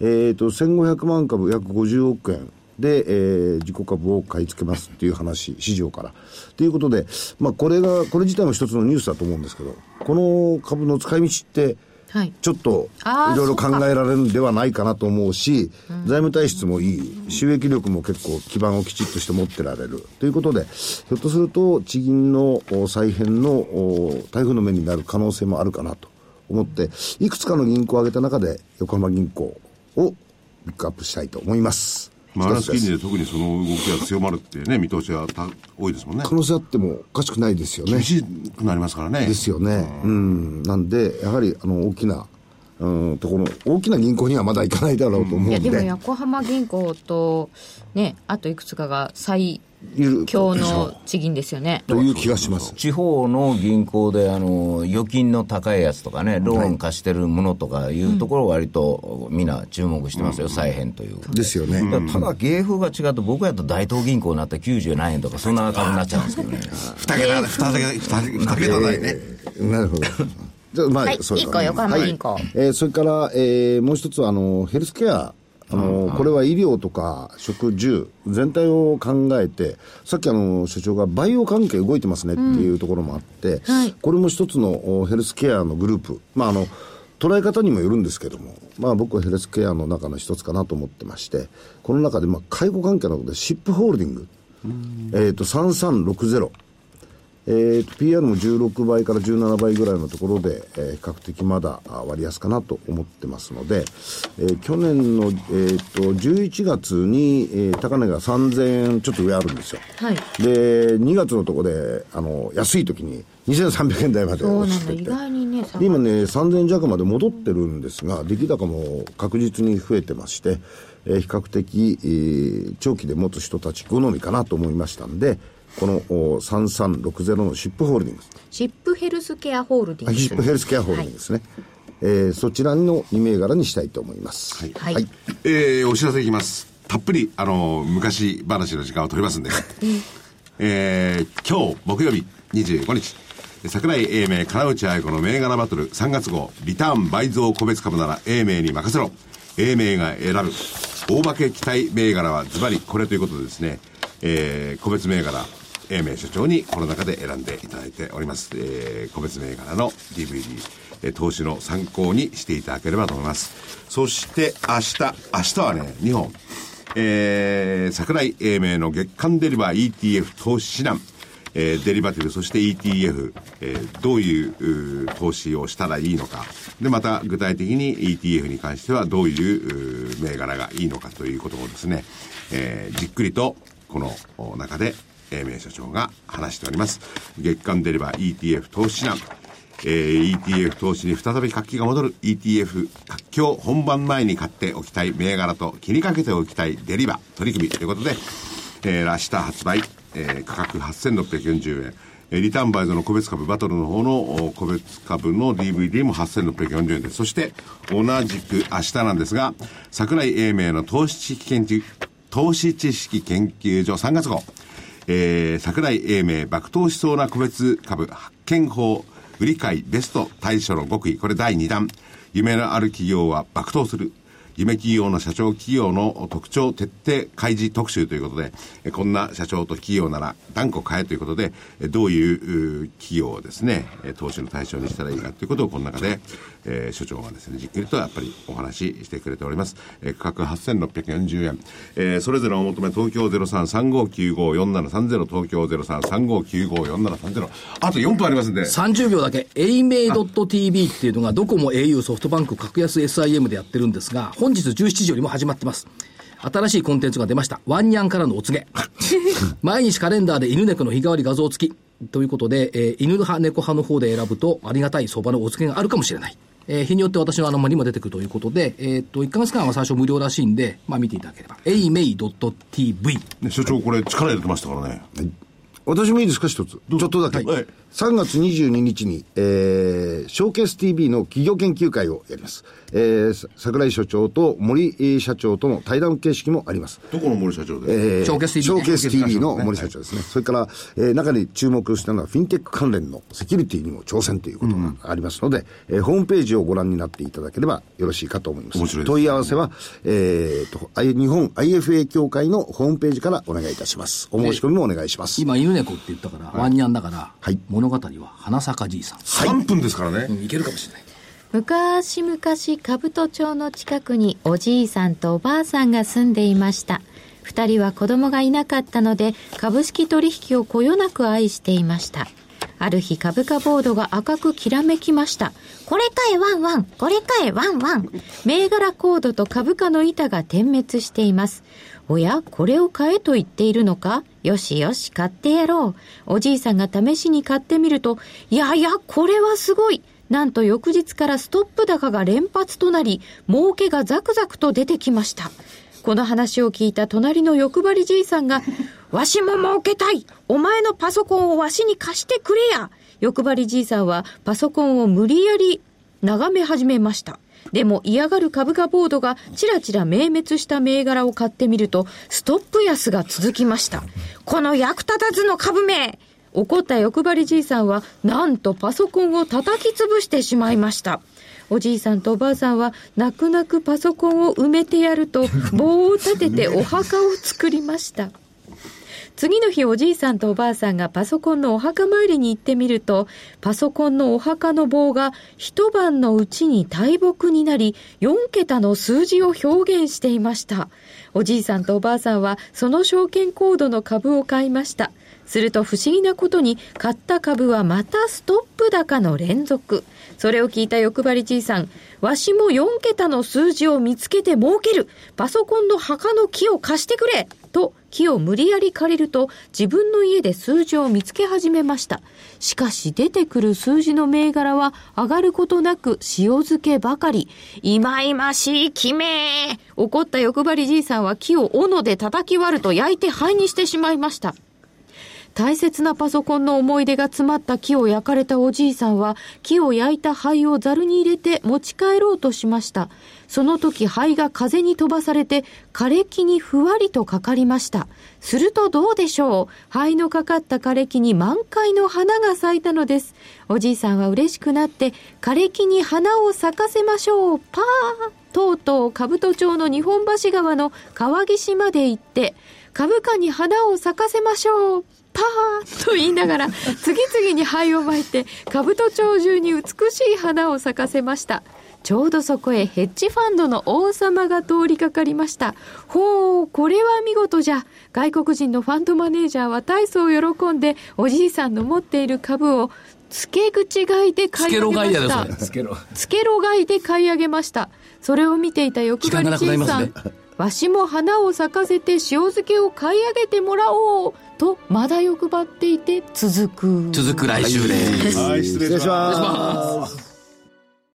[SPEAKER 6] えっ、と、1500万株約50億円で、えー、自己株を買い付けますっていう話、市場から。ということで、まあ、これが、これ自体も一つのニュースだと思うんですけど、この株の使い道って、
[SPEAKER 4] はい
[SPEAKER 6] ちょっと
[SPEAKER 4] あー
[SPEAKER 6] いろいろ考
[SPEAKER 4] そうか
[SPEAKER 6] えられるんではないかなと思うし、財務体質もいい、収益力も結構基盤をきちっとして持ってられる。ということで、ひょっとすると地銀のお再編のお台風の目になる可能性もあるかなと思って、いくつかの銀行を挙げた中で横浜銀行をピックアップしたいと思います。
[SPEAKER 7] マイナス
[SPEAKER 6] 一つで
[SPEAKER 7] 金
[SPEAKER 6] す
[SPEAKER 7] 利で特にその動きが強まるってね見通しがた多いですもんね
[SPEAKER 6] 可能性あってもおかしくないですよね
[SPEAKER 7] 厳。しくなりますからね
[SPEAKER 6] ですよね。うん。なんで、やはり、あの、大きな、うん、ところ、大きな銀行にはまだ行かないだろうと思うん
[SPEAKER 4] い
[SPEAKER 6] で。
[SPEAKER 4] やでも横浜銀行とねあといくつかが最
[SPEAKER 6] いる
[SPEAKER 4] 強の地銀ですよね
[SPEAKER 6] という気がします。
[SPEAKER 5] 地方の銀行であの預金の高いやつとかね、ローン貸してるものとかいうところ、割とみんな注目してますよ、再編という。
[SPEAKER 6] ですよね。
[SPEAKER 5] だからただ芸風が違って僕やったら大東銀行になったら90何円とかそんな株になっちゃうんですけどね
[SPEAKER 9] 二桁、二桁、二桁ないね。
[SPEAKER 6] なるほど。 じゃあまあ、
[SPEAKER 4] はい
[SPEAKER 6] そういう
[SPEAKER 4] 銀行横浜銀行
[SPEAKER 6] はいえーそれから、えーもう一つは、あの、ヘルスケア。あの、これは医療とか食住全体を考えて、さっきあの、所長がバイオ関係動いてますねっていうところもあって、これも一つのおヘルスケアのグループ。まあ、あの、捉え方にもよるんですけども、まあ僕はヘルスケアの中の一つかなと思ってまして、この中でまあ介護関係のことでシップホールディング、えっ、と3360、えーと PR も16倍から17倍ぐらいのところで、えー比較的まだあ割安かなと思ってますので、えー去年の、えー、と11月に、えー高値が3000円ちょっと上あるんですよ。
[SPEAKER 4] はい
[SPEAKER 6] で、2月のとこで、あの、安い時に2300円台まで
[SPEAKER 4] そう
[SPEAKER 6] 落
[SPEAKER 4] な
[SPEAKER 6] ち
[SPEAKER 4] んだ
[SPEAKER 6] てて
[SPEAKER 4] 意。外にね下
[SPEAKER 6] で
[SPEAKER 4] が
[SPEAKER 6] 今ね、3000円弱まで戻ってるんですが、出来高も確実に増えてまして、えー比較的、えー長期で持つ人たち好みかなと思いましたんで、このお3360のシップホールディングス、
[SPEAKER 4] シップヘルスケアホールディン
[SPEAKER 6] あ
[SPEAKER 4] グス
[SPEAKER 6] シップヘルスケアホールディングスね、えーそちらの2銘柄にしたいと思います。はい
[SPEAKER 4] はい
[SPEAKER 7] えーお知らせいきます。たっぷり、あの、昔話の時間を取りますんで。えー今日、木曜日、25日、桜井英明、金内愛子の銘柄バトル3月号、リターン倍増個別株なら英明に任せろ。英明が選ぶ、大化け期待銘柄はズバリこれということでですね、えー個別銘柄、英明所長にこの中で選んでいただいております、えー個別銘柄の DVD、えー投資の参考にしていただければと思いますそして明日明日はね2本えー、桜井英明の月間デリバー ETF 投資指南、えーデリバティブそして ETF、えーどういううー投資をしたらいいのかでまた具体的に ETF に関してはどういううー銘柄がいいのかということをですね、えーじっくりとこのお中で英明所長が話しております月間デリバー ETF 投資指南えー ETF 投資に再び活気が戻る ETF 活況本番前に買っておきたい銘柄と気にかけておきたいデリバ取り組みということで、えー明日発売、えー価格8640円えーリターンバイズの個別株バトルの方のお個別株の DVD も8640円です。そして同じく明日なんですが、桜井英明の投資知識研究、投資知識研究所3月号、えー桜井英明爆投しそうな個別株発見法売り買いベスト対処の極意これ第2弾夢のある企業は爆投する夢企業の社長企業の特徴徹底開示特集ということで、えこんな社長と企業なら断固変えということで、えどういうう企業をですね、え投資の対象にしたらいいかということをこの中で、えー所長がですね、じっくりとやっぱりお話ししてくれております。えー価格8640円。えーそれぞれお求め東京0335954730、東京0335954730。あと4分ありますんで。
[SPEAKER 1] 30秒だけ、エイメイドット .tv っていうのが、ドコモ、au、ソフトバンク、格安 SIM でやってるんですが、本日17時よりも始まってます。新しいコンテンツが出ました。ワンニャンからのお 告げ。毎日カレンダーで犬猫の日替わり画像付き。ということで、えー犬派、猫派の方で選ぶと、ありがたい相場のお告げがあるかもしれない。えー日によって私のあの間にも出てくるということで、えっと、1ヶ月間は最初無料らしいんで、まあ見ていただければ。aimei.tv。
[SPEAKER 7] ね所長これ力入れてましたからね。
[SPEAKER 6] 私もいいですか一つ。ちょっとだけ。
[SPEAKER 7] はい
[SPEAKER 6] 3月22日に、えー、ショーケース TV の企業研究会をやります。えー、さ桜井所長と森えー社長との対談形式もあります。
[SPEAKER 7] どこの森社長で、
[SPEAKER 1] ショーケース TV ね
[SPEAKER 6] ショーケース TV の森社長ですね。それから、えー中に注目したのは、フィンテック関連のセキュリティにも挑戦ということがありますので、えーホームページをご覧になっていただければよろしいかと思います。
[SPEAKER 7] 面白いですね
[SPEAKER 6] 問い合わせは、えーと、あい日本 IFA 協会のホームページからお願いいたします。お申し込みもお願いします。
[SPEAKER 1] 今、犬猫って言ったから、ワンニャンだから、
[SPEAKER 6] はい
[SPEAKER 1] 物語は花咲かじいさん。
[SPEAKER 7] 3分ですからね。
[SPEAKER 1] うんいけるかもしれない。
[SPEAKER 4] 昔々兜町の近くにおじいさんとおばあさんが住んでいました二人は子供がいなかったので株式取引をこよなく愛していましたある日株価ボードが赤くきらめきましたこれかいワンワンこれかいワンワン銘柄コードと株価の板が点滅していますおやこれを買えと言っているのかよしよし買ってやろうおじいさんが試しに買ってみるといやいやこれはすごいなんと翌日からストップ高が連発となり、儲けがザクザクと出てきました。この話を聞いた隣の欲張りじいさんが、わしも儲けたいお前のパソコンをわしに貸してくれや欲張りじいさんはパソコンを無理やり眺め始めました。でも嫌がる株価ボードがちらちら明滅した銘柄を買ってみると、ストップ安が続きました。この役立たずの株名怒った欲張りじいさんは、なんとパソコンを叩き潰してしまいました。おじいさんとおばあさんは、泣く泣くパソコンを埋めてやると、棒を立ててお墓を作りました。次の日おじいさんとおばあさんがパソコンのお墓参りに行ってみるとパソコンのお墓の棒が一晩のうちに大木になり4桁の数字を表現していましたおじいさんとおばあさんはその証券コードの株を買いましたすると不思議なことに買った株はまたストップ高の連続それを聞いた欲張りじいさんわしも4桁の数字を見つけて儲けるパソコンの墓の木を貸してくれと木を無理やり借りると自分の家で数字を見つけ始めましたしかし出てくる数字の銘柄は上がることなく塩漬けばかりいまいましい決め怒った欲張りじいさんは木を斧で叩き割ると焼いて灰にしてしまいました大切なパソコンの思い出が詰まった木を焼かれたおじいさんは木を焼いた灰をざるに入れて持ち帰ろうとしましたその時灰が風に飛ばされて枯れ木にふわりとかかりましたするとどうでしょう灰のかかった枯れ木に満開の花が咲いたのですおじいさんは嬉しくなって枯れ木に花を咲かせましょうパーとうとう兜町の日本橋川の川岸まで行って株価に花を咲かせましょうパーッと言いながら次々に灰をまいて兜町中に美しい花を咲かせましたちょうどそこへヘッジファンドの王様が通りかかりましたほうこれは見事じゃ外国人のファンドマネージャーは大層喜んでおじいさんの持っている株を付け口買いで買い上げ
[SPEAKER 1] つけろ
[SPEAKER 4] ま
[SPEAKER 1] 買いだ
[SPEAKER 4] し
[SPEAKER 1] よそれ
[SPEAKER 4] た
[SPEAKER 11] つけろ
[SPEAKER 4] つけろ買いで買い上げましたそれを見ていた欲張りじ
[SPEAKER 1] 時間がなくな
[SPEAKER 4] いさん、
[SPEAKER 1] ります
[SPEAKER 4] わしも花を咲かせて塩漬けを買い上げてもらおうとまだ欲張っていて続く
[SPEAKER 1] 続く来週です。
[SPEAKER 7] はい、失礼します。
[SPEAKER 6] 失礼します。